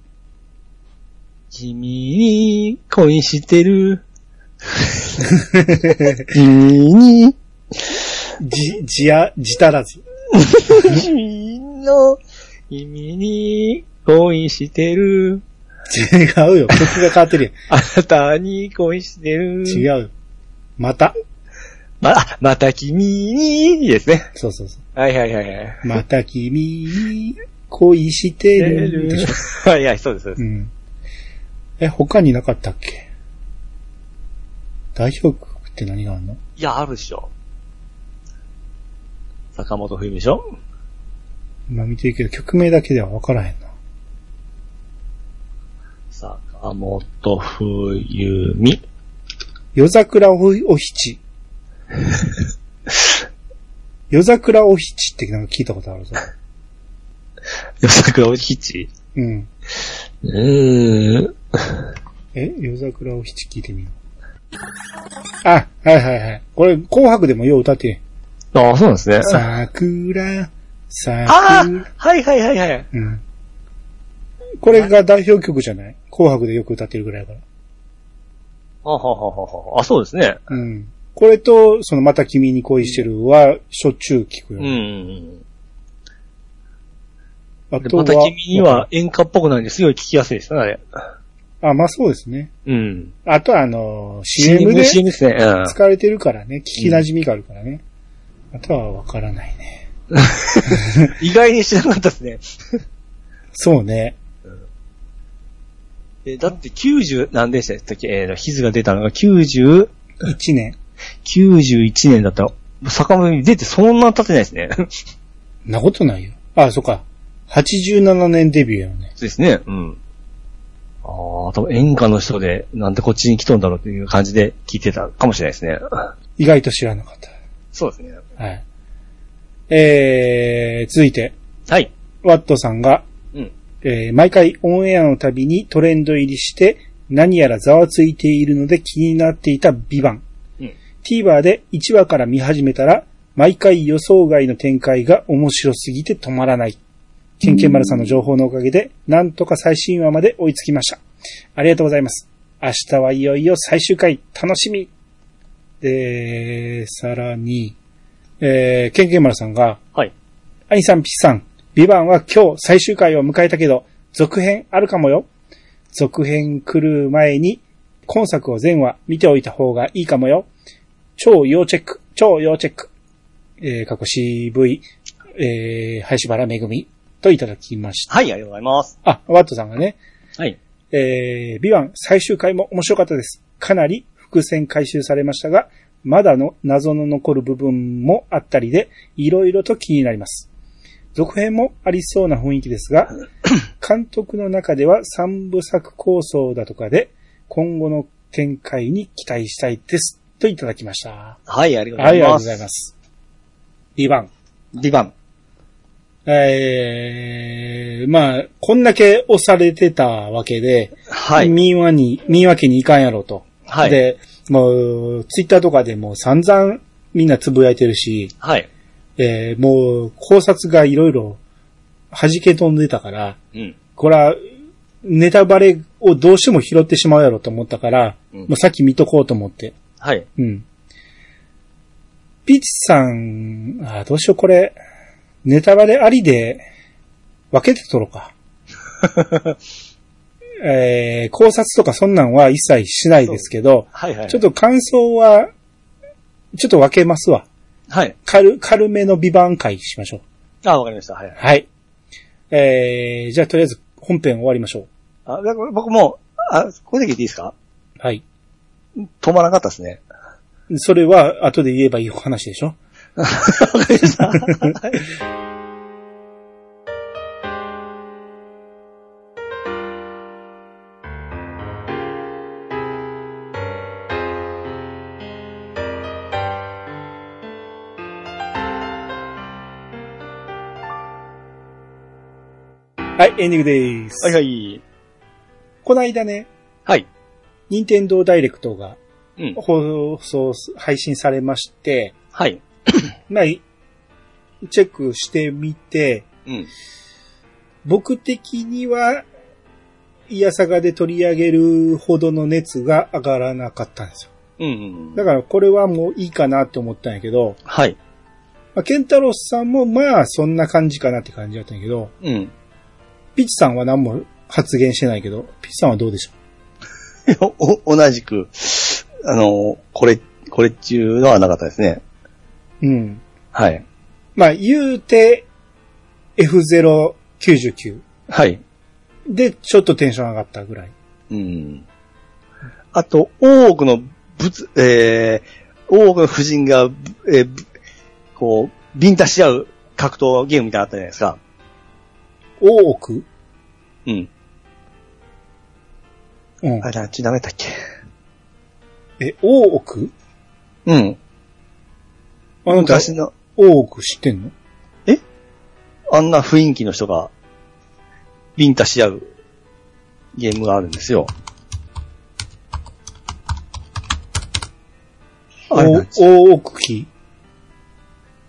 Speaker 3: 君に恋してる。君に、
Speaker 1: じ、じや、じたらず。
Speaker 3: 君の、君に恋してる。
Speaker 1: 違うよ。曲が変わってる
Speaker 3: あなたに恋してる。う。
Speaker 1: やん。違うよ。また。
Speaker 3: ま、あまた君に、ですね。
Speaker 1: そうそうそう。
Speaker 3: はいはいはいはい。
Speaker 1: また君に恋してるでしょ。
Speaker 3: はいはい、そうです。そうで
Speaker 1: う
Speaker 3: す
Speaker 1: ん。え、他になかったっけ代表曲って何があるの
Speaker 3: いや、あるでしょ。坂本冬美でしょ
Speaker 1: 今見てるけど、曲名だけでは分からへんな。
Speaker 3: 坂本冬美。
Speaker 1: 夜桜おお 七。夜桜お七ってなんか聞いたことあるぞ。
Speaker 3: 桜おひち。
Speaker 1: うん。
Speaker 3: うーん。
Speaker 1: え、夜桜お七聞いてみよう。あ、はいはいはい。これ、紅白でもよう歌ってん。
Speaker 3: ああ、そうなんですね。
Speaker 1: 桜、さ
Speaker 3: ああはいはいはいはい。
Speaker 1: うん。これが代表曲じゃない紅白でよく歌ってるぐらいだか
Speaker 3: あははははあ、そうですね。
Speaker 1: ら。うん。これと、その、また君に恋してるは、しょっちゅう聞くよ。
Speaker 3: うんうん
Speaker 1: あ
Speaker 3: うん。で
Speaker 1: とは、
Speaker 3: また君には演歌っぽくないんですごい聞きやすいですね、あれ。
Speaker 1: あ、まあそうですね。
Speaker 3: うん。
Speaker 1: あとは、あの、CM で
Speaker 3: CM ですね。うん。
Speaker 1: 使われてるからね、聞き馴染みがあるからね。あとはわからないね。
Speaker 3: 意外に知らなかったですね。
Speaker 1: そうね。
Speaker 3: え、だって90、何でしたっけえー、ヒズが出たのが
Speaker 1: 1
Speaker 3: 90、
Speaker 1: 年。
Speaker 3: 91年だったら、坂本に出てそんな経ってないです ね。
Speaker 1: なことないよ。あそっか。87年デビューやよね。
Speaker 3: そうですね。うん。ああ、多分演歌の人で、なんでこっちに来とんだろうっていう感じで聞いてたかもしれないですね。
Speaker 1: 意外と知らなかっ
Speaker 3: そうですね。
Speaker 1: た。はい。えー、続いて、
Speaker 3: はい。
Speaker 1: ワットさんが、
Speaker 3: うん
Speaker 1: えー毎回オンエアのたびにトレンド入りして、何やらざわついているので気になっていたビバン。
Speaker 3: うん
Speaker 1: TVer で1話から見始めたら、毎回予想外の展開が面白すぎて止まらない。ケンケンマルさんの情報のおかげで、なんとか最新話まで追いつきました。ありがとうございます。明日はいよいよ最終回、楽しみで、さらに、えー、ケンケンマルさんが、
Speaker 3: はい。
Speaker 1: アニさん、ピッさん、ビバンは今日最終回を迎えたけど、続編あるかもよ。続編来る前に、今作を全話見ておいた方がいいかもよ。超要チェック、超要チェック。えー、過去 CV、えー、林原めぐみといただきました。
Speaker 3: はい、ありがとうございます。
Speaker 1: あ、ワットさんがね、
Speaker 3: はい。
Speaker 1: えー、ビワン最終回も面白かったです。かなり伏線回収されましたが、まだの謎の残る部分もあったりで、いろいろと気になります。続編もありそうな雰囲気ですが、監督の中では三部作構想だとかで、今後の展開に期待したいです。といただきました。はい、
Speaker 3: はい、ありがとう
Speaker 1: あ
Speaker 3: ござ
Speaker 1: り
Speaker 3: い
Speaker 1: がとう
Speaker 3: ま
Speaker 1: ご
Speaker 3: す。
Speaker 1: ざいます。ビワン。
Speaker 3: リバン。
Speaker 1: えー、まあ、こんだけ押されてたわけで、
Speaker 3: はい。
Speaker 1: 民話に、民話家にいかんやろと。
Speaker 3: はい。
Speaker 1: で、もう、ツイッターとかでもう散々みんなつぶやいてるし、
Speaker 3: はい。
Speaker 1: えーもう考察がいろいろ弾け飛んでたから、
Speaker 3: うん。
Speaker 1: これは、ネタバレをどうしても拾ってしまうやろと思ったから、
Speaker 3: うん
Speaker 1: もうさっき見とこうと思って。
Speaker 3: はい。
Speaker 1: うん。ピッチさん、あー、どうしようこれ、ネタバレありで分けて取ろうか。 えー考察とかそんなんは一切しないですけど、
Speaker 3: はい、はい。
Speaker 1: ちょっと感想は、ちょっと分けますわ。
Speaker 3: はい。
Speaker 1: 軽、軽めの美版会しましょう。
Speaker 3: あ、わかりました。はい。
Speaker 1: はい。えー、じゃあとりあえず本編終わりましょ
Speaker 3: あ、だから僕も、あ、これだけ言っていいですか
Speaker 1: う。はい。
Speaker 3: 止まらなかったですね。
Speaker 1: それは後で言えばいい話でしょ
Speaker 3: わかりま した。
Speaker 1: はい、エンディングです。
Speaker 3: はいはい。
Speaker 1: この間ね、
Speaker 3: はい。
Speaker 1: 任天堂ダイレクトが
Speaker 3: うん。
Speaker 1: 放送、配信されまして、
Speaker 3: はい。
Speaker 1: まあ、いチェックしてみて、
Speaker 3: うん。
Speaker 1: 僕的には、イヤサガで取り上げるほどの熱が上がらなかったんですよ。
Speaker 3: うんうんう
Speaker 1: だ
Speaker 3: ん。
Speaker 1: からこれはもういいかなって思ったんやけど、
Speaker 3: はい。
Speaker 1: まあ、ケンタロスさんもまあそんな感じかなって感じだったんやけど、
Speaker 3: うん。
Speaker 1: ピッチさんは何も発言してないけど、ピッチさんはどうでしょ
Speaker 3: お、同じく、あの、これ、これっていうのはなかったですね。
Speaker 1: ううん。
Speaker 3: はい。
Speaker 1: まあ言うて、F099
Speaker 3: はい。
Speaker 1: でちょっとテンション上がったぐらい。
Speaker 3: うん。あと、大奥の仏、えー、大奥の夫人が、えー、ぶこう、ビンタし合う格闘ゲームみたいなのあったじゃないですか。
Speaker 1: 大奥
Speaker 3: うん。
Speaker 1: うん。
Speaker 3: あれ、なんちダメだっけ
Speaker 1: え、大奥
Speaker 3: うん。
Speaker 1: あなた、
Speaker 3: 昔の、
Speaker 1: 大奥知ってんの
Speaker 3: あんな雰囲気の人が、ビンタし合うゲームがあるんですよ。あれなんち
Speaker 1: お大奥記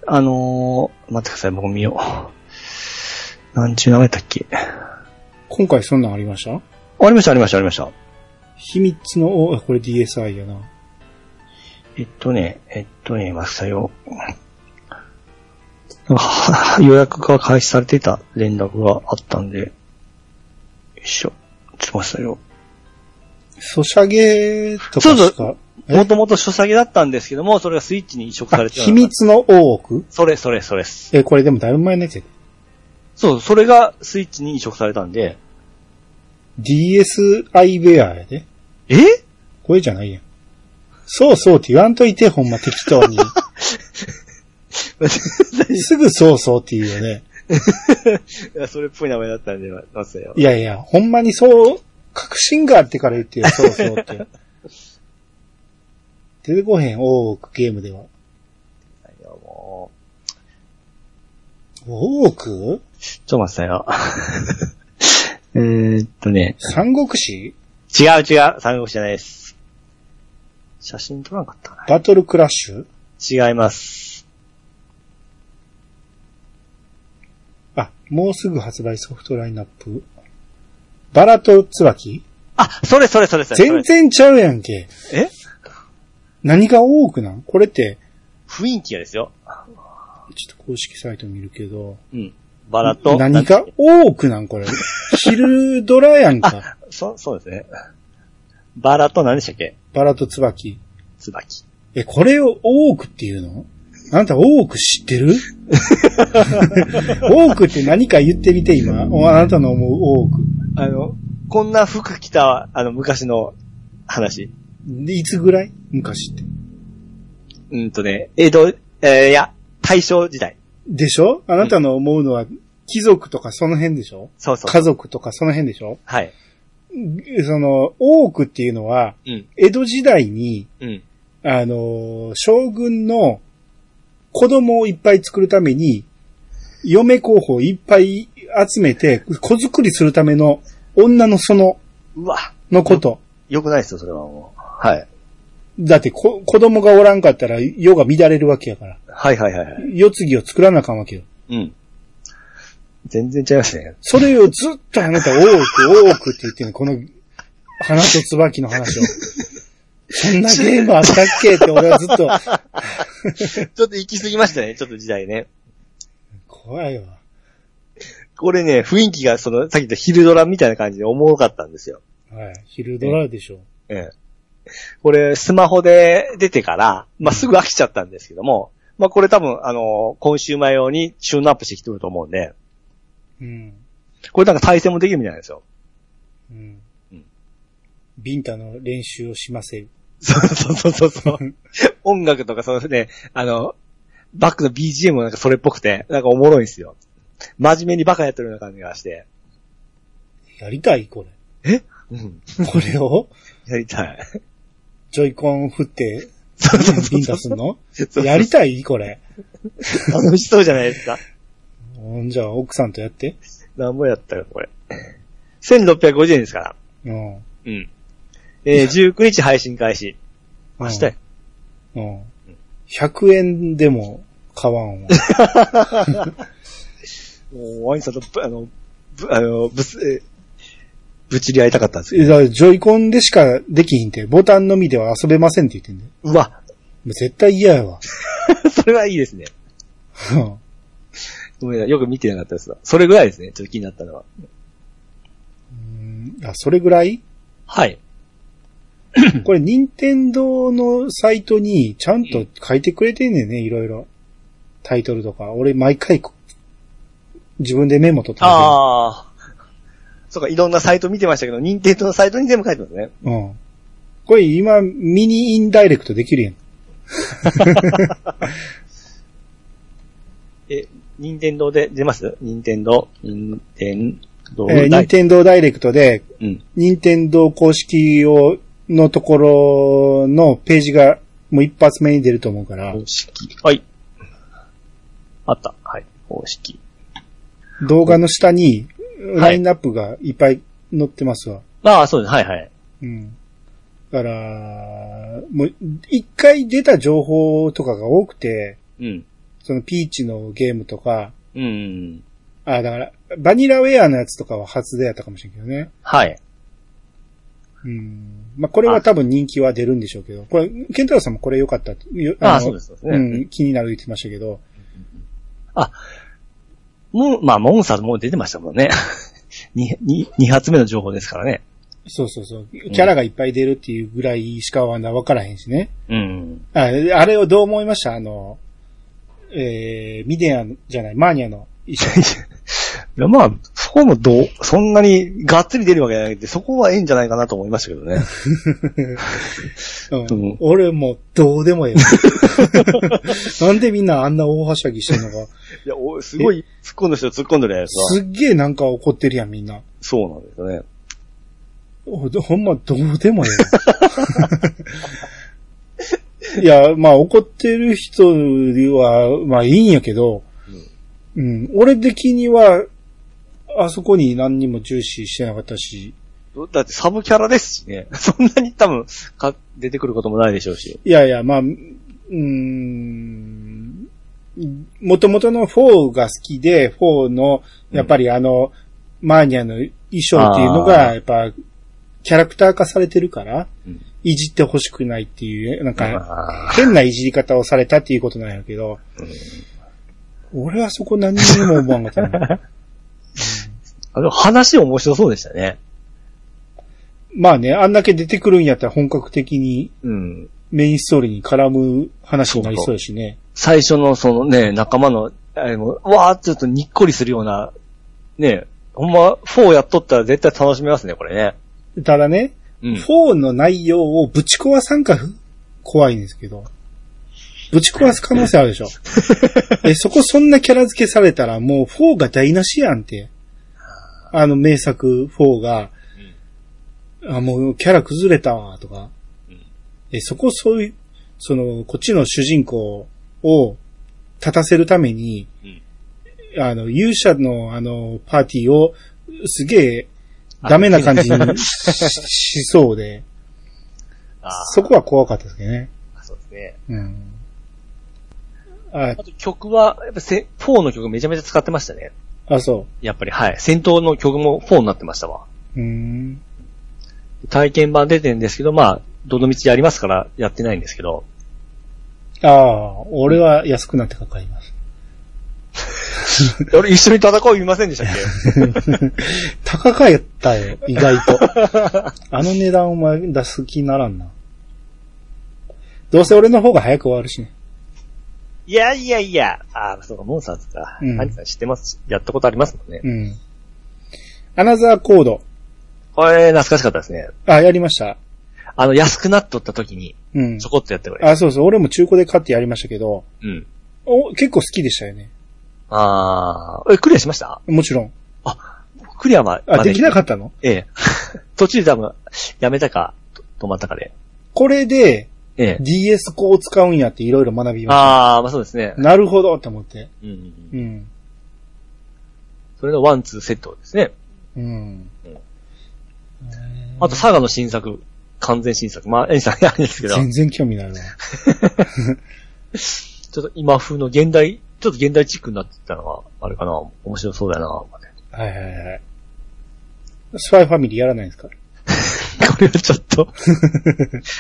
Speaker 3: あのー、待ってください、僕見よう。なんちゅう名前だったっけ
Speaker 1: 今回そんなんありました
Speaker 3: ありました、ありました、ありました。
Speaker 1: 秘密の、お、これ DSI やな。
Speaker 3: えっとね、えっとね、まさよ。 なんかは予約が開始されていた連絡があったんで。よいしょ。ちょっとまさよ。
Speaker 1: ソシャゲとか
Speaker 3: そうそう
Speaker 1: しかえ
Speaker 3: もともと書詐欺だったんですけども、それがスイッチに移植さ
Speaker 1: あ
Speaker 3: れてた
Speaker 1: 秘密の大奥
Speaker 3: それ、それ、それです。
Speaker 1: え、これでもだいぶ前のやつや
Speaker 3: そう、それがスイッチに移植されたんで。
Speaker 1: DSI ウェアやで。
Speaker 3: え
Speaker 1: これじゃないやん。そうそうって言わんといて、ほんま適当 に。すぐそうそうって言うよね。
Speaker 3: いやそれっぽい名前だったんで、まさよ
Speaker 1: い。やいや、ほんまにそう、確信があってから言 ってよ、そうそうって。出てこへん、大奥ゲームでは。
Speaker 3: もう
Speaker 1: 大奥
Speaker 3: ちょっと待ってた よ。えーっとね、
Speaker 1: 三国志
Speaker 3: 違う違う、三国志じゃないです。写真撮らなかった
Speaker 1: バトルクラッシュ
Speaker 3: な。違います。
Speaker 1: あ、もうすぐ発売ソフトラインナップ。バラと椿
Speaker 3: あ、それそれそれそれ。
Speaker 1: 全然ちゃうやんけ。
Speaker 3: それ。え
Speaker 1: 何が多くなんこれって、
Speaker 3: 雰囲気がですよ。
Speaker 1: ちょっと公式サイト見るけど。
Speaker 3: うん。バラと。
Speaker 1: 何が多くなんこれ。昼ドラやん か。
Speaker 3: そ、そうですね。バラと何でしたっけ
Speaker 1: バラと椿。
Speaker 3: 椿。
Speaker 1: え、これを多くっていうのあなた多く知って る多くって何か言ってみて今。おあなたの思う多く。
Speaker 3: あの、こんな服着た、あの、昔の話。
Speaker 1: でいつぐらい昔って。
Speaker 3: うんとね、江戸、えー、いや、大正時代。
Speaker 1: でしょあなたの思うのは、貴族とかその辺でしょ
Speaker 3: そうそう。
Speaker 1: 家族とかその辺でしょ
Speaker 3: はい。
Speaker 1: その、多くっていうのは、
Speaker 3: うん。
Speaker 1: 江戸時代に、
Speaker 3: うん。
Speaker 1: あの、将軍の子供をいっぱい作るために、嫁候補をいっぱい集めて、子作りするための女のその、
Speaker 3: うわ、
Speaker 1: のこと。
Speaker 3: よくないですよ、それはもう。はい。
Speaker 1: だってこ、子供がおらんかったら世が乱れるわけやから。
Speaker 3: はいはいはいはい。
Speaker 1: 世継ぎを作らなあかんわけよ。
Speaker 3: うん。全然違いますね。
Speaker 1: それをずっとあなた多く多くって言ってんの、この、花と椿の話を。そんなゲームあったっけって俺はずっと、
Speaker 3: ちょっと行き過ぎましたね、ちょっと時代ね。
Speaker 1: 怖いわ。
Speaker 3: これね、雰囲気がその、さっき言った昼ドラみたいな感じでおもろかったんですよ。
Speaker 1: はい。昼ドラでしょ。
Speaker 3: ええ。これ、スマホで出てから、まあ、すぐ飽きちゃったんですけども、まあ、これ多分、あの、今週前用にチューンアップしてきてると思うんで、
Speaker 1: うん。
Speaker 3: これなんか対戦もできるみたいなんですよ。
Speaker 1: うん
Speaker 3: うん。
Speaker 1: ビンタの練習をしません。
Speaker 3: そうそうそうそうそう。音楽とか、そのね、あの、バックの BGM もなんかそれっぽくて、なんかおもろいんですよ。真面目にバカやってるような感じがして。
Speaker 1: やりたいこ れ。
Speaker 3: うん。
Speaker 1: これを、
Speaker 3: やりたい。
Speaker 1: ジョイコン振 って、
Speaker 3: そうそうそ
Speaker 1: ビ
Speaker 3: う
Speaker 1: ン
Speaker 3: そ
Speaker 1: タ
Speaker 3: う
Speaker 1: すんの
Speaker 3: そう
Speaker 1: やりたいこれ。
Speaker 3: 楽しそうじゃないですか。
Speaker 1: うんじゃあ、奥さんとやって。
Speaker 3: なんぼやったよ、これ。1650円ですから。
Speaker 1: うん。
Speaker 3: うん。えー、19日配信開始。明日や。
Speaker 1: うん。うん。100円でも買わんわ。
Speaker 3: もう、ワインさんとぶ、あの、ぶ、あの、ぶつ、えーぶちり合いたかったんですけ
Speaker 1: え
Speaker 3: ど。
Speaker 1: だからジョイコンでしかできひんて、ボタンのみでは遊べませんって言ってんだよ。
Speaker 3: うわ、
Speaker 1: もう絶対嫌やわ。
Speaker 3: それはいいですね。
Speaker 1: うん
Speaker 3: ごめんなさい。よく見てなかったですわそれぐらいですね。ちょっと気になったのは。
Speaker 1: うんあ、それぐらい
Speaker 3: はい。
Speaker 1: これ、任天堂のサイトにちゃんと書いてくれてんねんね、いろいろ。タイトルとか。俺、毎回こ、自分でメモ取ってあ
Speaker 3: ああ。そうか、いろんなサイト見てましたけど、任天堂のサイトに全部書いてますね。
Speaker 1: げる。うん。これ、今、ミニインダイレクトできるやん。
Speaker 3: え、任天堂で出ます任天堂、任天堂
Speaker 1: えー、
Speaker 3: 大
Speaker 1: 任天堂ダイレクトで、
Speaker 3: うん。
Speaker 1: 任天堂公式を、のところのページが、もう一発目に出ると思うから、
Speaker 3: 公式。はい。あった。はい。公式。
Speaker 1: 動画の下に、
Speaker 3: はい
Speaker 1: ラインナップがいっぱい載ってますわ。
Speaker 3: ああ、そうです。はいはい。
Speaker 1: うん。だから、もう、一回出た情報とかが多くて、
Speaker 3: うん。
Speaker 1: そのピーチのゲームとか、
Speaker 3: うん。
Speaker 1: あ、だから、バニラウェアのやつとかは初でやったかもしれんけどね。
Speaker 3: はい。
Speaker 1: うん。まあ、これは多分人気は出るんでしょうけど、これ、ケンタロウさんもこれ良かったって。よ
Speaker 3: あ
Speaker 1: の
Speaker 3: あ、そうです。そうです
Speaker 1: う
Speaker 3: ね。
Speaker 1: ん、気になる言ってましたけど。
Speaker 3: もう、まあ、モンスターもう出てましたもんね。 に、に、二発目の情報ですからね。
Speaker 1: そうそうそう。キャラがいっぱい出るっていうぐらいしかはな、わからへんしね。
Speaker 3: うん。
Speaker 1: ああれをどう思いましたあの、えー、ミディアンじゃない、マーニャの衣装。
Speaker 3: いや、まあ、そこもどう、そんなにがっつり出るわけじゃなくて、そこはええんじゃないかなと思いましたけどね。
Speaker 1: うん
Speaker 3: うん
Speaker 1: 俺もうどうでもええわ。 なんでみんなあんな大はしゃぎしてんの か。
Speaker 3: いや、おすごい突っ込んだ人突っ込んでるやつは。
Speaker 1: すっげえなんか怒ってるやん、みんな。
Speaker 3: そうなんですよね。
Speaker 1: おほんまどうでもええわ。い や、まあ怒ってる人は、まあいいんやけど、うん、俺的には、あそこに何にも重視してなかったし、
Speaker 3: だってサブキャラですしね。 そんなに多分、か、出てくることもないでしょうし。
Speaker 1: いやいや、まあ、うーん、もともとの4が好きで、4の、やっぱりあの、マーニャの衣装っていうの
Speaker 3: あ
Speaker 1: が、やっぱ、キャラクター化されてるから
Speaker 3: うん、
Speaker 1: いじってほしくないっていう、なんか、
Speaker 3: ああ。
Speaker 1: 変ないじり方をされたっていうことなんやけど、俺はそこ何にも思わんかった な。
Speaker 3: あの、話面白そうでしたね。
Speaker 1: まあね、あんだけ出てくるんやったら本格的に
Speaker 3: うん。
Speaker 1: メインストーリーに絡む話になりそうやしね。
Speaker 3: 最初のそのね、仲間の、あれも、わーちょっとにっこりするような、ね、ほんま、4やっとったら絶対楽しめますね、これね。
Speaker 1: ただね、
Speaker 3: うん。
Speaker 1: 4の内容をぶち壊さんか怖いんですけど。ぶち壊す可能性あるでし ょ。え、そこそんなキャラ付けされたらもう4が台無しやんって。あの名作4が、あ、もうキャラ崩れたわ、とか
Speaker 3: うん。
Speaker 1: え、そこそういう、その、こっちの主人公を立たせるために、あの、勇者のあの、パーティーをすげえダメな感じに ししそうで。
Speaker 3: あ
Speaker 1: そこは怖かったですけどね。
Speaker 3: あ、そうですね。
Speaker 1: うん。あ
Speaker 3: あ、と曲は、やっぱせ、4の曲めちゃめちゃ使ってましたね。
Speaker 1: あ、そ
Speaker 3: やっぱり、はい。戦闘の曲も4になってましたわ。
Speaker 1: う。うーん。
Speaker 3: 体験版出てるんですけど、まあ、どの道やりますからやってないんですけど。
Speaker 1: ああ、俺は安くなってかかります。
Speaker 3: 俺一緒に戦おう言いませんでしたっけ
Speaker 1: 高かったよ、意外と。あの値段を前出す気にならんな。どうせ俺の方が早く終わるしね。
Speaker 3: いやいやいや。ああ、そうか、モンスターズか。
Speaker 1: うん
Speaker 3: 兄さん知ってますしやったことありますもんね。
Speaker 1: うん。アナザーコード。
Speaker 3: これ、懐かしかったですね。
Speaker 1: あ、やりました。
Speaker 3: あの、安くなっとった時に、
Speaker 1: うん
Speaker 3: ちょ。こっとやってくれ。
Speaker 1: あ、そうそう。俺も中古で買ってやりましたけど、
Speaker 3: うん。
Speaker 1: お、結構好きでしたよね。
Speaker 3: ああ、え、クリアしました
Speaker 1: もちろん。
Speaker 3: クリアは、
Speaker 1: あ、できな
Speaker 3: っ
Speaker 1: かったの
Speaker 3: た。ええ。 途中で多分、やめたか、と止まったかで。
Speaker 1: これで
Speaker 3: ええ。
Speaker 1: DS コを使うんやっていろいろ学びました。
Speaker 3: ああ、まあそうですね。
Speaker 1: なるほどと思って。
Speaker 3: うんうん
Speaker 1: う
Speaker 3: う。
Speaker 1: んん。
Speaker 3: それのワン、ツーセットですね。
Speaker 1: うん。
Speaker 3: あと、サガの新作、完全新作。まあ、エンさんやるんですけど、
Speaker 1: 全然興味ないな。
Speaker 3: ちょっと今風の現代、ちょっと現代チックになってたのが、あれかな、面白そうだな、こ
Speaker 1: はいはいはい。スパイファミリーやらないんですか
Speaker 3: れはちょっ
Speaker 1: 。
Speaker 3: と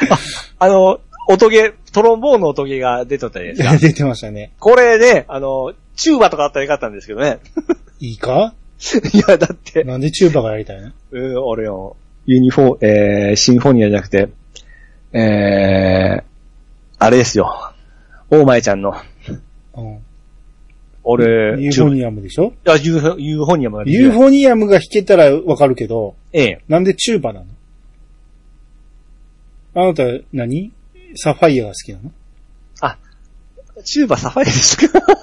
Speaker 3: あ。あの、音ゲー、トロンボーンの音ゲーが出とったじゃないですか
Speaker 1: 出てましたね。
Speaker 3: これね、あの、チューバとかあったらよかったんですけどね。
Speaker 1: いいか
Speaker 3: いや、だって、
Speaker 1: なんでチューバがやりたいの
Speaker 3: うん、俺よ、ユニフォー、えー、シンフォニアじゃなくて、えー、あれですよ。大前ちゃんの、
Speaker 1: うん。
Speaker 3: 俺、
Speaker 1: ユー
Speaker 3: チュ
Speaker 1: フ
Speaker 3: ー
Speaker 1: ォニアムでしょ
Speaker 3: あ、ユーフォユーフォニアムが出てる
Speaker 1: ユーフォニアムが弾けたらわかるけど、
Speaker 3: ええ。
Speaker 1: なんでチューバなのあなた何、サファイアが好きなの
Speaker 3: チューバサファイアでしたか
Speaker 1: だ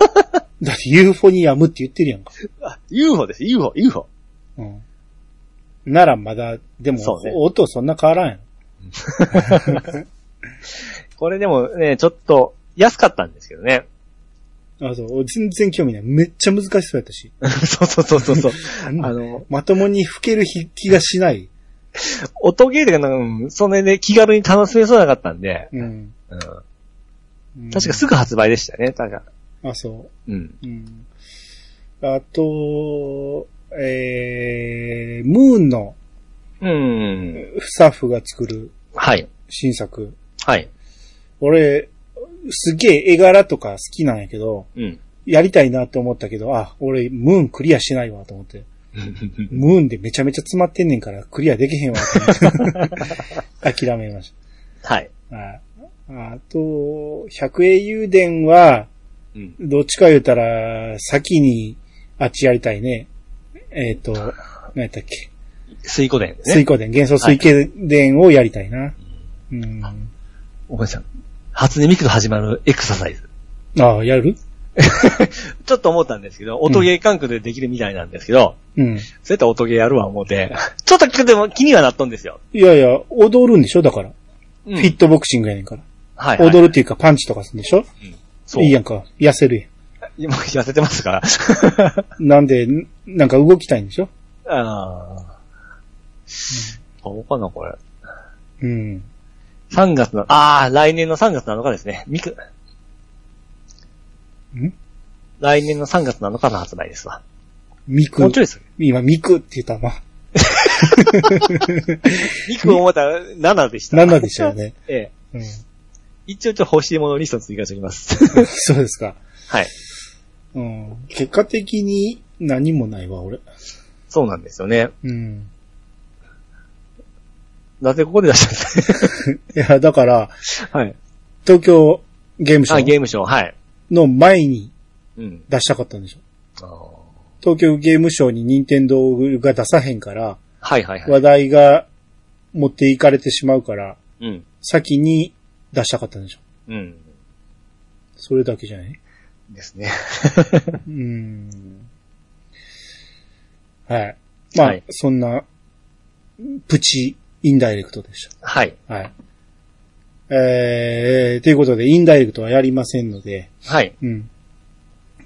Speaker 1: ってユーフォニアムって言ってるやんか。
Speaker 3: あ ?UFO です、UFO、UFO。
Speaker 1: うん。ならまだ、でも
Speaker 3: そうね、
Speaker 1: 音そんな変わらんやん。
Speaker 3: これでもね、ちょっと安かったんですけどね。
Speaker 1: あ、そう。全然興味ない。めっちゃ難しそうやったし。
Speaker 3: そうそうそうそうそう。
Speaker 1: あ
Speaker 3: あの、
Speaker 1: まともに吹ける日気がしない。
Speaker 3: 音ゲーで、うん、それで気軽に楽しめそうじゃなかったんで、
Speaker 1: うん。
Speaker 3: うん、
Speaker 1: うん
Speaker 3: 確かすぐ発売でしたよね、確か。
Speaker 1: あ、そ
Speaker 3: うん。
Speaker 1: う。うん。あと、えー、ムーンの
Speaker 3: うん。
Speaker 1: スタッフが作る
Speaker 3: はい。
Speaker 1: 新作。
Speaker 3: はい。
Speaker 1: 俺、すげえ絵柄とか好きなんやけど、
Speaker 3: うん。
Speaker 1: やりたいなって思ったけど、あ、俺、ムーンクリアしてないわと思って。ムーンでめちゃめちゃ詰まってんねんから、クリアできへんわと思っ て。諦めまし
Speaker 3: はい。
Speaker 1: た。ああと、百英雄伝は、
Speaker 3: うん。
Speaker 1: どっちか言うたら、先に、あっちやりたいね。えっ、と、何やったっけ。
Speaker 3: 水湖伝です
Speaker 1: 水
Speaker 3: ね。
Speaker 1: 光伝、幻想水系伝をやりたいな。うん。
Speaker 3: おばさん。初音ミクが始まるエクササイズ。
Speaker 1: ああ、やる
Speaker 3: ちょっと思ったんですけど、音ゲー感覚でできるみたいなんですけど、
Speaker 1: うん。
Speaker 3: そうやったら音ゲーやるわ思って、ちょっと聞くでも気にはなっとんですよ。
Speaker 1: いやいや、踊るんでしょだから。
Speaker 3: うん
Speaker 1: フィットボクシングやねんから。
Speaker 3: はい、はい。
Speaker 1: 踊るっていうかパンチとかするんでしょ
Speaker 3: そう。
Speaker 1: いいやんか。痩せるや
Speaker 3: 今痩せてま すから。
Speaker 1: ん。なんで、んなんか動きたいんでしょ
Speaker 3: ああ。どうかな、これ。
Speaker 1: うん。
Speaker 3: 3月の、ああ、来年の3月7日ですね。ミク。
Speaker 1: ん
Speaker 3: 来年の3月7日の発売ですわ。
Speaker 1: ミ
Speaker 3: も
Speaker 1: ク
Speaker 3: うち。ょいです。
Speaker 1: 今、ミクって言ったわ。
Speaker 3: ミクをまた7でした。
Speaker 1: 7でしたよ。ね。
Speaker 3: え
Speaker 1: う
Speaker 3: え。
Speaker 1: ん。
Speaker 3: 一応ちょっと欲しいものリストに追加しておきます。
Speaker 1: そうですか。
Speaker 3: はい。
Speaker 1: うん。結果的に何もないわ、俺。
Speaker 3: そうなんですよね。
Speaker 1: うん。
Speaker 3: なぜここで出したんです
Speaker 1: いや、だから、
Speaker 3: か はい。
Speaker 1: 東京ゲームショ
Speaker 3: あ、ゲ
Speaker 1: ウ
Speaker 3: ームショー、はい。
Speaker 1: の前に
Speaker 3: うん。
Speaker 1: 出したかったんでしょ。
Speaker 3: あー
Speaker 1: 東京ゲームショウに任天堂が出さへんから、
Speaker 3: はいはいは
Speaker 1: 話
Speaker 3: い。
Speaker 1: 題が持っていかれてしまうから、
Speaker 3: うん。
Speaker 1: 先に出したかったんでしょ。
Speaker 3: うん。
Speaker 1: それだけじゃない
Speaker 3: ですね。
Speaker 1: うん。はい。まあ、
Speaker 3: はい
Speaker 1: そんな、プチインダイレクトでし
Speaker 3: はい。
Speaker 1: た。はい。えー、ということで、インダイレクトはやりませんので、
Speaker 3: はい。
Speaker 1: うん。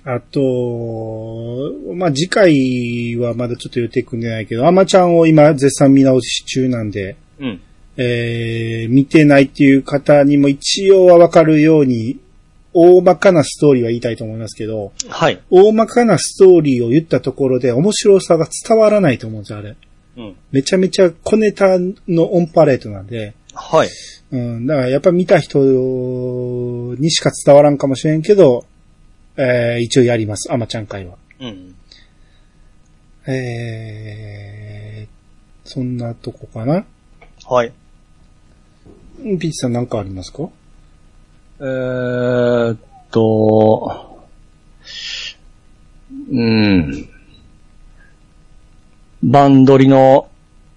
Speaker 1: あと、まあ、次回はまだちょっと予定組んでないけど、アマちゃんを今絶賛見直し中なんで、
Speaker 3: うん。
Speaker 1: えー、見てないっていう方にも一応はわかるように、大まかなストーリーは言いたいと思いますけど、
Speaker 3: はい。
Speaker 1: 大まかなストーリーを言ったところで面白さが伝わらないと思うんですよ、あれ。
Speaker 3: うん。
Speaker 1: めちゃめちゃ小ネタのオンパレードなんで、
Speaker 3: はい。
Speaker 1: うん、だからやっぱ見た人にしか伝わらんかもしれんけど、えー、一応やります、アマちゃん会は。
Speaker 3: うん。
Speaker 1: えー、そんなとこかな
Speaker 3: はい。
Speaker 1: ピッチさんなんかありますか
Speaker 3: えーっと、うん。バンドリの、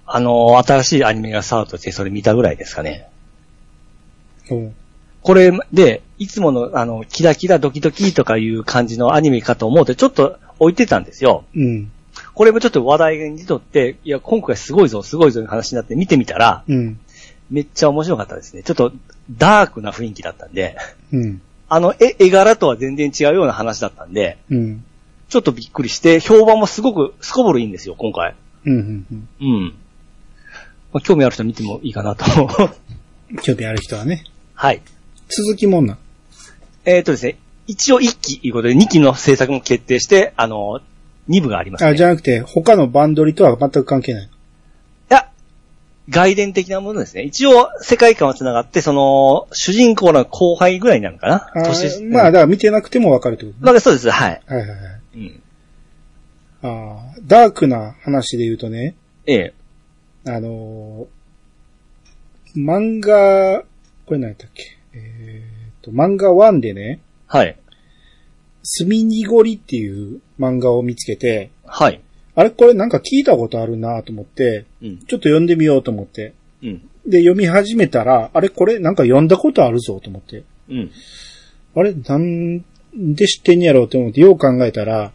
Speaker 3: あの、新しいアニメがスタートして、それ見たぐらいですかね。
Speaker 1: うん
Speaker 3: これで、いつもの、あの、キラキラドキドキとかいう感じのアニメかと思うて、ちょっと置いてたんですよ。
Speaker 1: うん、
Speaker 3: これもちょっと話題にとって、いや、今回すごいぞ、すごいぞの話になって見てみたら、
Speaker 1: うん、
Speaker 3: めっちゃ面白かったですね。ちょっと、ダークな雰囲気だったんで、
Speaker 1: うん、
Speaker 3: あの、絵、絵柄とは全然違うような話だったんで、
Speaker 1: うん、
Speaker 3: ちょっとびっくりして、評判もすごく、すこぶるいいんですよ、今回。
Speaker 1: うん、うん。
Speaker 3: うん。まあ、興味ある人見てもいいかなと。
Speaker 1: 興味ある人はね。
Speaker 3: はい。
Speaker 1: 続きもんな。
Speaker 3: えっ、ー、とですね、一応一期ということで、二期の制作も決定して、あの、二部があります、ね。
Speaker 1: あ、じゃなくて、他のバンドリとは全く関係ない。
Speaker 3: いや、外伝的なものですね。一応、世界観は繋がって、その、主人公の後輩ぐらいになるのかな
Speaker 1: あー
Speaker 3: 年、
Speaker 1: まあ、
Speaker 3: う
Speaker 1: だ
Speaker 3: ん
Speaker 1: から見てなくてもわかるってことね。
Speaker 3: まあ、そうです、はい。
Speaker 1: はいはいはい。
Speaker 3: うん。
Speaker 1: あーダークな話で言うとね、
Speaker 3: ええ。
Speaker 1: あのー漫画、これ何やったっけえー、と、漫画1でね、
Speaker 3: はい。
Speaker 1: 墨濁りっていう漫画を見つけて、
Speaker 3: はい。
Speaker 1: あれこれなんか聞いたことあるなと思って、
Speaker 3: うん。
Speaker 1: ちょっと読んでみようと思って。
Speaker 3: うん。
Speaker 1: で、読み始めたら、あれこれなんか読んだことあるぞと思って。
Speaker 3: うん。
Speaker 1: あれなんで知ってんやろうと思って、よう考えたら、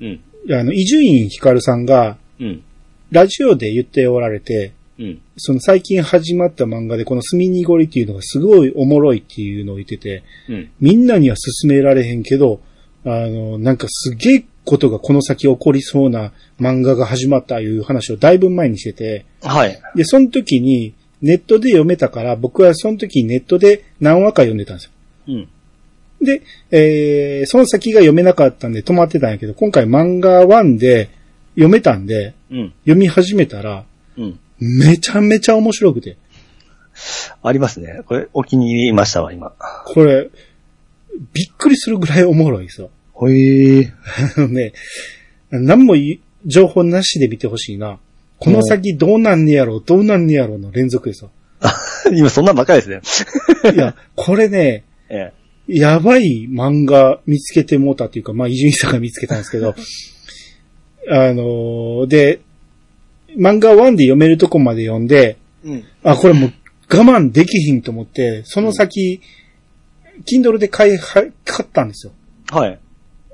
Speaker 3: うん。
Speaker 1: あの、伊集院光さんが、
Speaker 3: うん。
Speaker 1: ラジオで言っておられて、
Speaker 3: うん。
Speaker 1: その最近始まった漫画でこの墨濁りっていうのがすごいおもろいっていうのを言ってて、
Speaker 3: うん。
Speaker 1: みんなには勧められへんけど、あの、なんかすげえことがこの先起こりそうな漫画が始まったいう話をだいぶ前にしてて、
Speaker 3: はい。
Speaker 1: で、その時にネットで読めたから、僕はその時にネットで何話か読んでたんですよ。
Speaker 3: うん。
Speaker 1: で、えー、その先が読めなかったんで止まってたんやけど、今回漫画1で、読めたんで、
Speaker 3: うん。
Speaker 1: 読み始めたら、
Speaker 3: うん。
Speaker 1: めちゃめちゃ面白くて。
Speaker 3: ありますね。これ、お気に入りいましたわ、今。
Speaker 1: これ、びっくりするぐらいおもろいですよ。
Speaker 3: ほえー。
Speaker 1: あのね、何もい情報なしで見てほしいな。この先どうなんねやろう、どうなんねやろうの連続ですよ。
Speaker 3: 今そんなんばっかりですね。
Speaker 1: いや、 これね、
Speaker 3: ええ。
Speaker 1: やばい漫画見つけてもうたっていうか、まあ、伊集院さんが見つけたんですけど、 あのーで、漫画1で読めるとこまで読んで、
Speaker 3: うん。
Speaker 1: あ、これもう我慢できひんと思って、その先、Kindle で買いは、買ったんですよ。
Speaker 3: はい。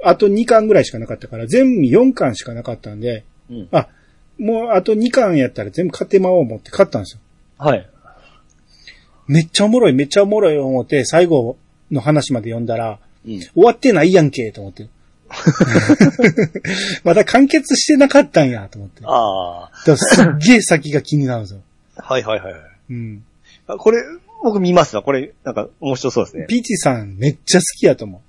Speaker 1: あと2巻ぐらいしかなかったから、全部4巻しかなかったんで、
Speaker 3: うん。
Speaker 1: あ、もうあと2巻やったら全部買ってまおう思って買ったんですよ。
Speaker 3: はい。
Speaker 1: めっちゃおもろい、めっちゃおもろい思って、最後の話まで読んだら、
Speaker 3: うん。
Speaker 1: 終わってないやんけ、と思 って。 まだ完結してなかったんや、と思って。だか
Speaker 3: あ
Speaker 1: らすっげえ先が気になるんです よ。
Speaker 3: あ。はいはいはいはい。
Speaker 1: うん。
Speaker 3: あこれ、僕見ますわ。これ、なんか面白そうですね。
Speaker 1: ピーチさんめっちゃ好きやと 思う。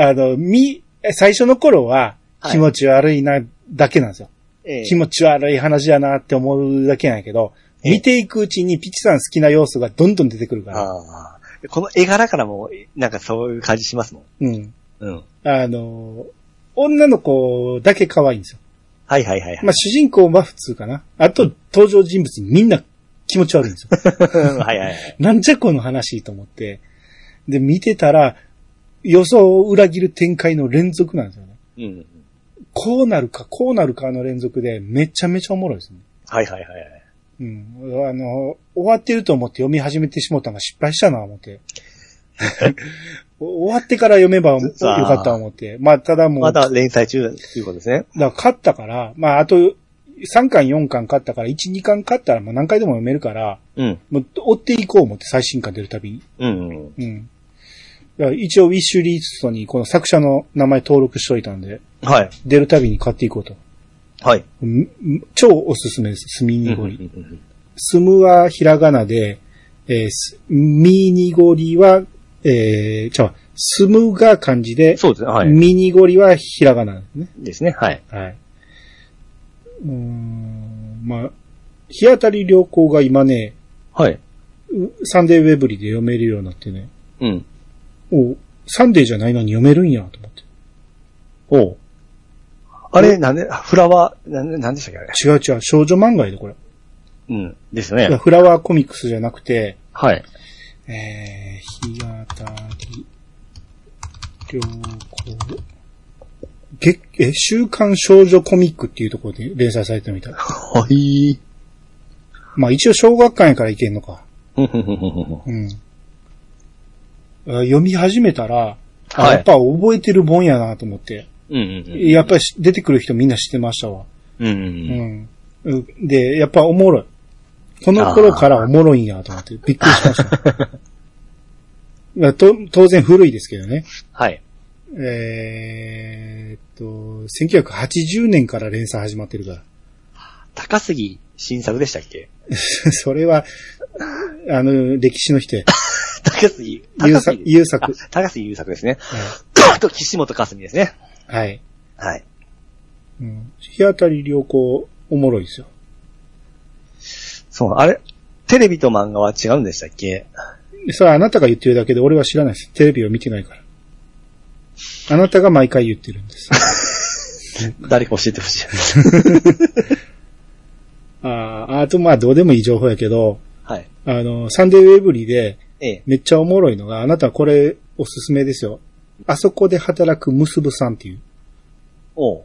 Speaker 1: あの、み、最初の頃は
Speaker 3: はい
Speaker 1: 気持ち悪いなだけなんですよ。
Speaker 3: ええ
Speaker 1: 気持ち悪い話やなって思うだけなんやけど、
Speaker 3: ええ
Speaker 1: 見ていくうちにピチさん好きな要素がどんどん出てくるから。
Speaker 3: ああ。この絵柄からも、なんかそういう感じしますもん。
Speaker 1: うん。
Speaker 3: うん。
Speaker 1: あの、女の子だけ可愛いんですよ。
Speaker 3: はいはいはいはい。
Speaker 1: まあ、主人公は普通かな。あと、登場人物みんな気持ち悪いんですよ。
Speaker 3: はいはいはい。
Speaker 1: なんじゃこの話と思って。で、見てたら、予想を裏切る展開の連続なんですよね。
Speaker 3: うん。
Speaker 1: こうなるか、こうなるかの連続で、めちゃめちゃおもろいですね。
Speaker 3: はいはいはいはい。
Speaker 1: うん。あの、終わってると思って読み始めてしもうたんが失敗したな、思って。お終わってから読めばよ
Speaker 3: さあ
Speaker 1: かった思って。まあ、ただもう、
Speaker 3: ま
Speaker 1: だ
Speaker 3: だ連載中ということですね。
Speaker 1: から勝ったから、まあ、あと、3巻、4巻勝ったから、1、2巻勝ったら、まあ、何回でも読めるから、
Speaker 3: うん。
Speaker 1: もう、追っていこう思って、最新巻出るたびに。
Speaker 3: うんうん。
Speaker 1: うん。だから一応、ウィッシュリストに、この作者の名前登録しといたんで、
Speaker 3: はい。
Speaker 1: 出るたびに買っていこうと。
Speaker 3: はい。
Speaker 1: うんうん超おすすめです、スミニゴリ。
Speaker 3: うん
Speaker 1: スムはひらがなで、えーすミニゴリは、えー、ちゃう、スムが漢字で、
Speaker 3: そうですね。はい。
Speaker 1: ミニゴリはひらがなですね。
Speaker 3: ですね。はい。
Speaker 1: はい。うーん、まあ、日当たり良好が今ね、
Speaker 3: はい。
Speaker 1: うサンデーウェブリで読めるようになってね、
Speaker 3: うん。
Speaker 1: おサンデーじゃないのに読めるんや、と思って。
Speaker 3: おうあれ、なんで、フラワー、なんで、なんでしたっけあれ。
Speaker 1: 違う違う、少女漫画やで、これ。
Speaker 3: うん。です
Speaker 1: いや
Speaker 3: ね。
Speaker 1: フラワーコミックスじゃなくて、
Speaker 3: はい。
Speaker 1: えー、日当たり、良好。月、え、週刊少女コミックっていうところで連載されてるみたい。
Speaker 3: はい。
Speaker 1: まあ一応小学館やからいけんのか。
Speaker 3: うんうんうんうんうん
Speaker 1: うん。あ読み始めたら、あ
Speaker 3: はい
Speaker 1: やっぱ覚えてる本やなと思って。
Speaker 3: うんうん。
Speaker 1: やっぱりし出てくる人みんな知ってましたわ。
Speaker 3: うんう
Speaker 1: うん
Speaker 3: うん。
Speaker 1: ん。うで、やっぱおもろい。この頃からおもろいんやと思って、びっくりしました。まあと当然古いですけどね。
Speaker 3: はい。
Speaker 1: えーっと、1980年から連載始まってるから。
Speaker 3: 高杉新作でしたっけ
Speaker 1: それは、あの、歴史の人や。
Speaker 3: 高杉、
Speaker 1: 優
Speaker 3: 高
Speaker 1: 作
Speaker 3: 杉。
Speaker 1: 優作。
Speaker 3: あ高杉優作ですね。
Speaker 1: は
Speaker 3: と、岸本かすみですね。
Speaker 1: い。はい
Speaker 3: はい。
Speaker 1: うん、日当たり良好、おもろいですよ。
Speaker 3: そう、あれ、テレビと漫画は違うんでしたっけ
Speaker 1: それはあなたが言ってるだけで俺は知らないです。テレビを見てないから。あなたが毎回言ってるんです。
Speaker 3: 誰か教えてほしい。
Speaker 1: あーあとまあどうでもいい情報やけど、
Speaker 3: はい。
Speaker 1: あの、サンデーウェブリーで
Speaker 3: ええ。
Speaker 1: めっちゃおもろいのが、あなたこれおすすめですよ。あそこで働くむすぶさんっていう
Speaker 3: おう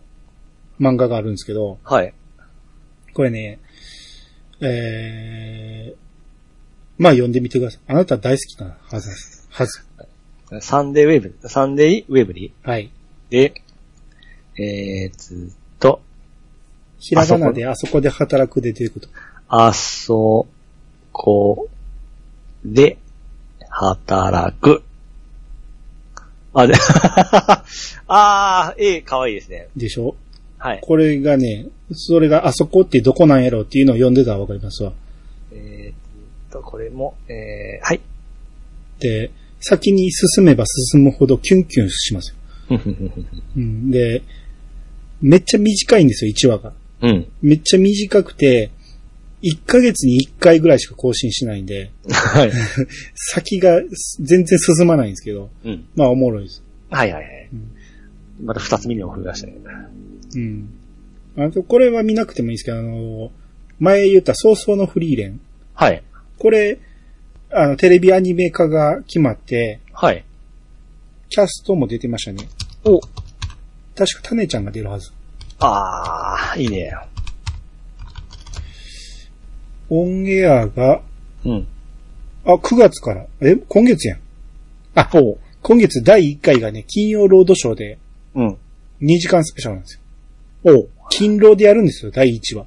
Speaker 1: 漫画があるんですけど、
Speaker 3: はい。
Speaker 1: これね、えー、まあ読んでみてください。あなた大好きなはずです。はず。
Speaker 3: サンデーウェーブ、サンデーウェブリ
Speaker 1: はい。
Speaker 3: で、えー、ずっと、
Speaker 1: ひらがなであそこで働くで出てくると。
Speaker 3: あそこで働く。あ、で、 あー、ええ、かわいいですね。
Speaker 1: でしょ
Speaker 3: はい。
Speaker 1: これがね、それがあそこってどこなんやろっていうのを読んでたらわかりますわ。
Speaker 3: えー、ずっと、これも、えー、はい。
Speaker 1: で、先に進めば進むほどキュンキュンしますよ。うん、で、めっちゃ短いんですよ、1話が。
Speaker 3: うん。
Speaker 1: めっちゃ短くて、1ヶ月に1回ぐらいしか更新しないんで、
Speaker 3: はい。
Speaker 1: 先がす全然進まないんですけど、
Speaker 3: うん。
Speaker 1: まあおもろいです。
Speaker 3: はいはいはい
Speaker 1: うん。
Speaker 3: また二つ見るのを増やしてね。
Speaker 1: うん。あと、これは見なくてもいいですけど、あの、前言った早々のフリーレン。
Speaker 3: はい。
Speaker 1: これ、あの、テレビアニメ化が決まって、
Speaker 3: はい。
Speaker 1: キャストも出てましたね。
Speaker 3: お、
Speaker 1: 確かタネちゃんが出るはず。
Speaker 3: あー、いいね。
Speaker 1: オンエアが、
Speaker 3: うん。
Speaker 1: あ、9月から。え、今月やん。
Speaker 3: おう。
Speaker 1: 今月第1回がね、金曜ロードショーで
Speaker 3: うん。
Speaker 1: 2時間スペシャルなんですよ。
Speaker 3: おう。
Speaker 1: 金労でやるんですよ、第1話。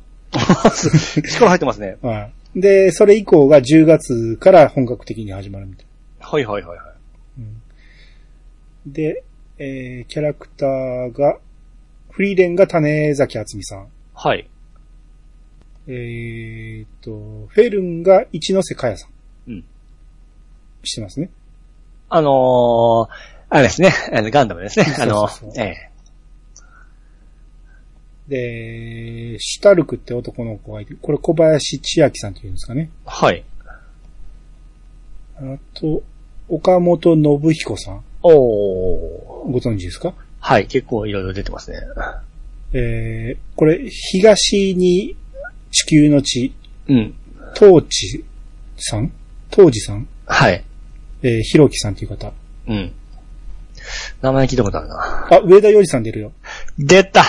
Speaker 3: 力入ってますね。
Speaker 1: はい。で、それ以降が10月から本格的に始まるみたい。
Speaker 3: はいはいはいはい。
Speaker 1: で、えー、キャラクターが、フリーレンが種崎厚美さん。
Speaker 3: はい。
Speaker 1: えーっと、フェルンが一ノ瀬かやさん。
Speaker 3: うん。
Speaker 1: してますね。
Speaker 3: あのー、あれですね。あの、ガンダムですね。あ
Speaker 1: そ
Speaker 3: の
Speaker 1: うそう、そう
Speaker 3: え
Speaker 1: で、シュタルクって男の子がいて、これ小林千秋さんって言うんですかね
Speaker 3: え。。はい。
Speaker 1: あと、岡本信彦さん。
Speaker 3: おー。
Speaker 1: ご存知ですか
Speaker 3: はい、結構いろいろ出てますね。
Speaker 1: えー、これ、東に地球の地、
Speaker 3: うん。
Speaker 1: 当地さん当時さん
Speaker 3: はい。
Speaker 1: えー、ひろきさんという方。
Speaker 3: うん。名前聞いたことあるな。
Speaker 1: あ、上田洋二さん出る よ。
Speaker 3: 出た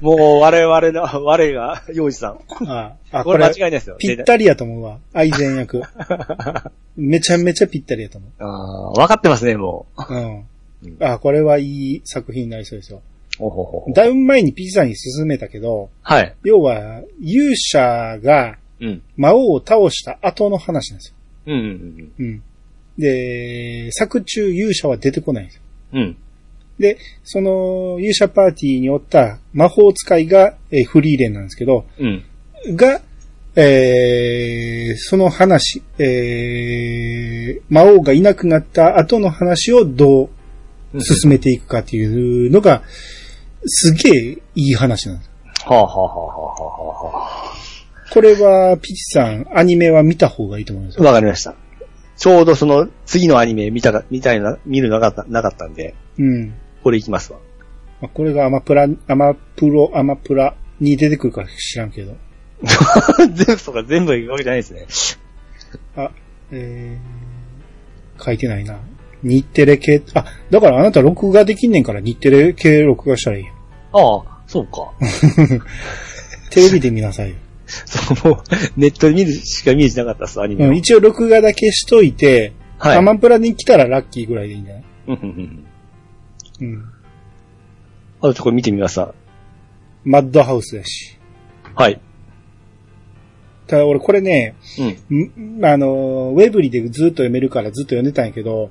Speaker 3: もう我々の、我が、洋二さん。
Speaker 1: あ、あ
Speaker 3: これ間違いないですよ。
Speaker 1: ぴったりやと思うわ。愛禅 役。めちゃめちゃぴったりやと思
Speaker 3: あー分かってますね、もう。
Speaker 1: う。う
Speaker 3: うん
Speaker 1: ん。あ、これはいい作品になりそうですよ。
Speaker 3: おほほほ
Speaker 1: だいぶ前にピザに進めたけど、
Speaker 3: はい。
Speaker 1: 要は、勇者が
Speaker 3: うん。
Speaker 1: 魔王を倒した後の話なんですよ。
Speaker 3: うんうん
Speaker 1: うん。で、作中勇者は出てこないんですよ。
Speaker 3: うん。うん。
Speaker 1: で、その勇者パーティーにおった魔法使いが、えーフリーレンなんですけど、
Speaker 3: うん。
Speaker 1: が、えー、その話、えー、魔王がいなくなった後の話をどう
Speaker 3: うん
Speaker 1: 進めていくかっていうのが、すげえいい話なんです。
Speaker 3: はあ、はあはあはあはあはあ
Speaker 1: これは、ピチさん、アニメは見た方がいいと思います。
Speaker 3: わかりました。ちょうどその次のアニメ見たか、見たいな、見るのなかった、なかったんで、
Speaker 1: うん。
Speaker 3: これいきますわ。
Speaker 1: まあこれがアマプラ、アマプロ、アマプラに出てくるか知らんけど。
Speaker 3: 全部とか全部いくわけじゃないですね。
Speaker 1: えー、書いてないな。日テレ系、あ、だからあなた録画できんねんから日テレ系録画したらいいよ。
Speaker 3: ああ、そうか。
Speaker 1: テレビで見なさいよ。
Speaker 3: そう、もう、ネットで見るしかイメージなかったっす、アニメ
Speaker 1: う
Speaker 3: は。
Speaker 1: ん、一応録画だけしといて、
Speaker 3: はい。
Speaker 1: アマプラに来たらラッキーぐらいでいいんじゃない
Speaker 3: うんうんうん
Speaker 1: うん。
Speaker 3: あとこれ見てみました。
Speaker 1: マッドハウスだし。
Speaker 3: はい。
Speaker 1: ただ俺これね、
Speaker 3: うん。
Speaker 1: んあの、ウェブリでずっと読めるからずっと読んでたんやけど、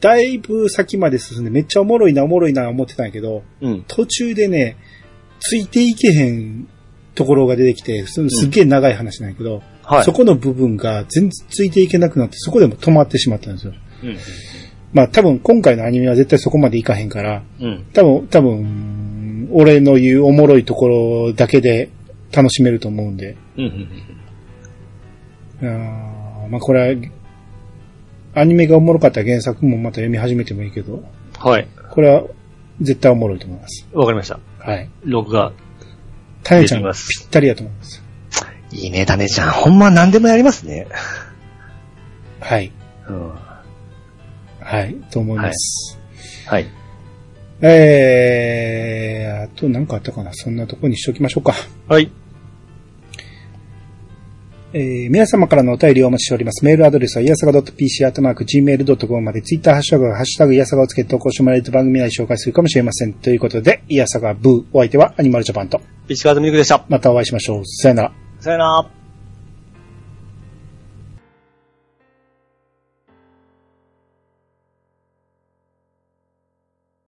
Speaker 1: だいぶ先まで進んでめっちゃおもろいなおもろいな思ってたんやけど、
Speaker 3: うん。
Speaker 1: 途中でね、ついていけへんところが出てきて、そのすっげえ長い話なんやけど、
Speaker 3: はい
Speaker 1: そ。この部分が全然ついていけなくなって、そこでも止まってしまったんですよ。
Speaker 3: うん。
Speaker 1: まあ多分今回のアニメは絶対そこまでいかへんから、
Speaker 3: うん。
Speaker 1: 多分、多分、俺の言うおもろいところだけで楽しめると思うんで。
Speaker 3: うんうん。
Speaker 1: あーまあこれは、アニメがおもろかったら原作もまた読み始めてもいいけど、
Speaker 3: はい。
Speaker 1: これは絶対おもろいと思います。
Speaker 3: わかりました。
Speaker 1: はい。
Speaker 3: 録画。
Speaker 1: タネちゃん
Speaker 3: でき
Speaker 1: ぴ
Speaker 3: ま
Speaker 1: っ
Speaker 3: す
Speaker 1: たりだと思います。
Speaker 3: いいね、種ちゃん。ほんま何でもやりますね。
Speaker 1: はい。
Speaker 3: うん。
Speaker 1: はい。と思います。
Speaker 3: はい。
Speaker 1: えー、あと何かあったかなそんなとこにしときましょうか。
Speaker 3: はい。
Speaker 1: えー皆様からのお便りをお待ちしております。メールアドレスは、いやさが .pc、アートマーク、gmail.com まで、ツイッターハッシュタグは、ハッシュタグ、いやさがをつけて投稿してもらえると番組内で紹介するかもしれません。ということで、いやさがブー、お相手は、アニマルジャパンと、
Speaker 3: 石川とみゆくでした。
Speaker 1: またお会いしましょう。さよなら。
Speaker 3: さよなら。